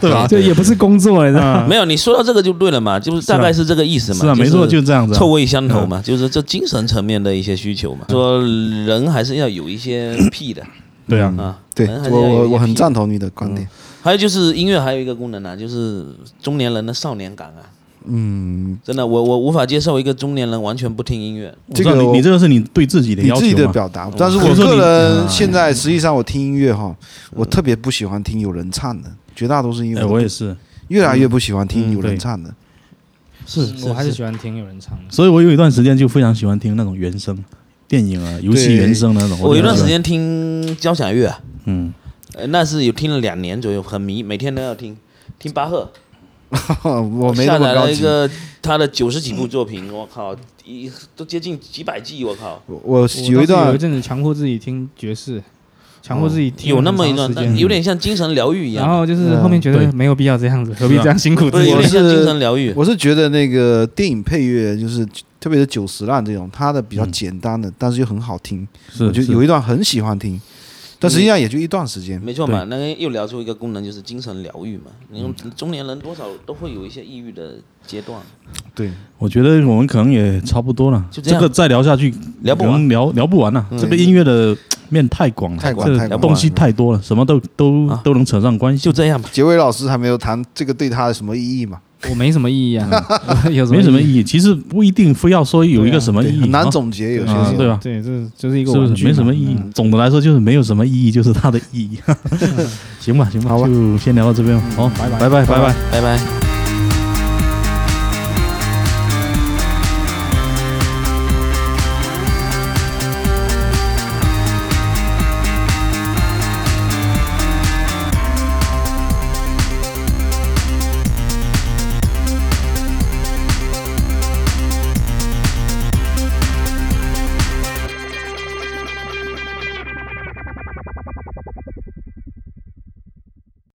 对啊吧？就也不是工作，你知道吗？没有，你说到这个就对了 <laughs> 嘛，就是大概是这个意思嘛。是啊，没错，就这样嗯子啊。臭味相投嘛，就是这精神层面的一些需求嘛。说人还是要有一些癖的对啊，啊，对人还我是要有一我些我很癖赞同你的观点。还有就是音乐还有一个功能啊，就是中年人的少年感啊。嗯，真的，我我无法接受一个中年人完全不听音乐。我这知个道你我你这个是你对自己的你要自己求的嘛？表达，但是比我如说个你嗯人现在实际上我听音乐哈，我特别不喜欢听有人唱的，绝大多数音哎，乐我我也是，越来越不喜欢听嗯有人对唱的。 <laughs> 是我还是喜欢听有人唱的。所以我有一段时间就非常喜欢听那种原声电影啊、游戏对原声那种。我有一段觉时得，间听交响乐啊、嗯，呃，那是有听了两年左右，很迷，每天都要听。听巴赫，我没下那么载高了一级。个他的九十几部作品，我靠，一都接近几百 G，我靠，我我我有当时有一段嗯一阵子强迫自己听爵士，强迫自己听哦有那么一很长段时，间但有点像精神疗愈一然样，后就是后面觉嗯得对没有必要这样子，何必这样辛苦 <laughs> 不自是己有？点像我是精神疗愈。我是觉得那个电影配乐就是特别是久石让这种，他的比较简单的，但是又很好听，嗯是我就有一段很喜欢听，但实际上也就一段时间。没错嘛，那个又聊出一个功能，就是精神疗愈嘛。你用中年人多少都会有一些抑郁的阶段，对，我觉得我们可能也差不多了，就这这样个再聊下去聊不可完能聊聊不完了。这个音乐的面太广了，太广这个太广东西太多了，什么都都啊都能扯上关系就。这样吧。结尾老师还没有谈这个对他有什么意义嘛？我没什么意义 <laughs> 啊，我有没什么义？啊意义，其实不一定非要说有一个什么对意义，很难啊总结，有些啊时候对吧？对，这就是一个是不玩具是嘛没什么意义？总的来说就是没有什么意义，就是它的意义。行吧，行吧，就先聊到这边吧。好，拜拜，拜拜，拜拜。拜拜。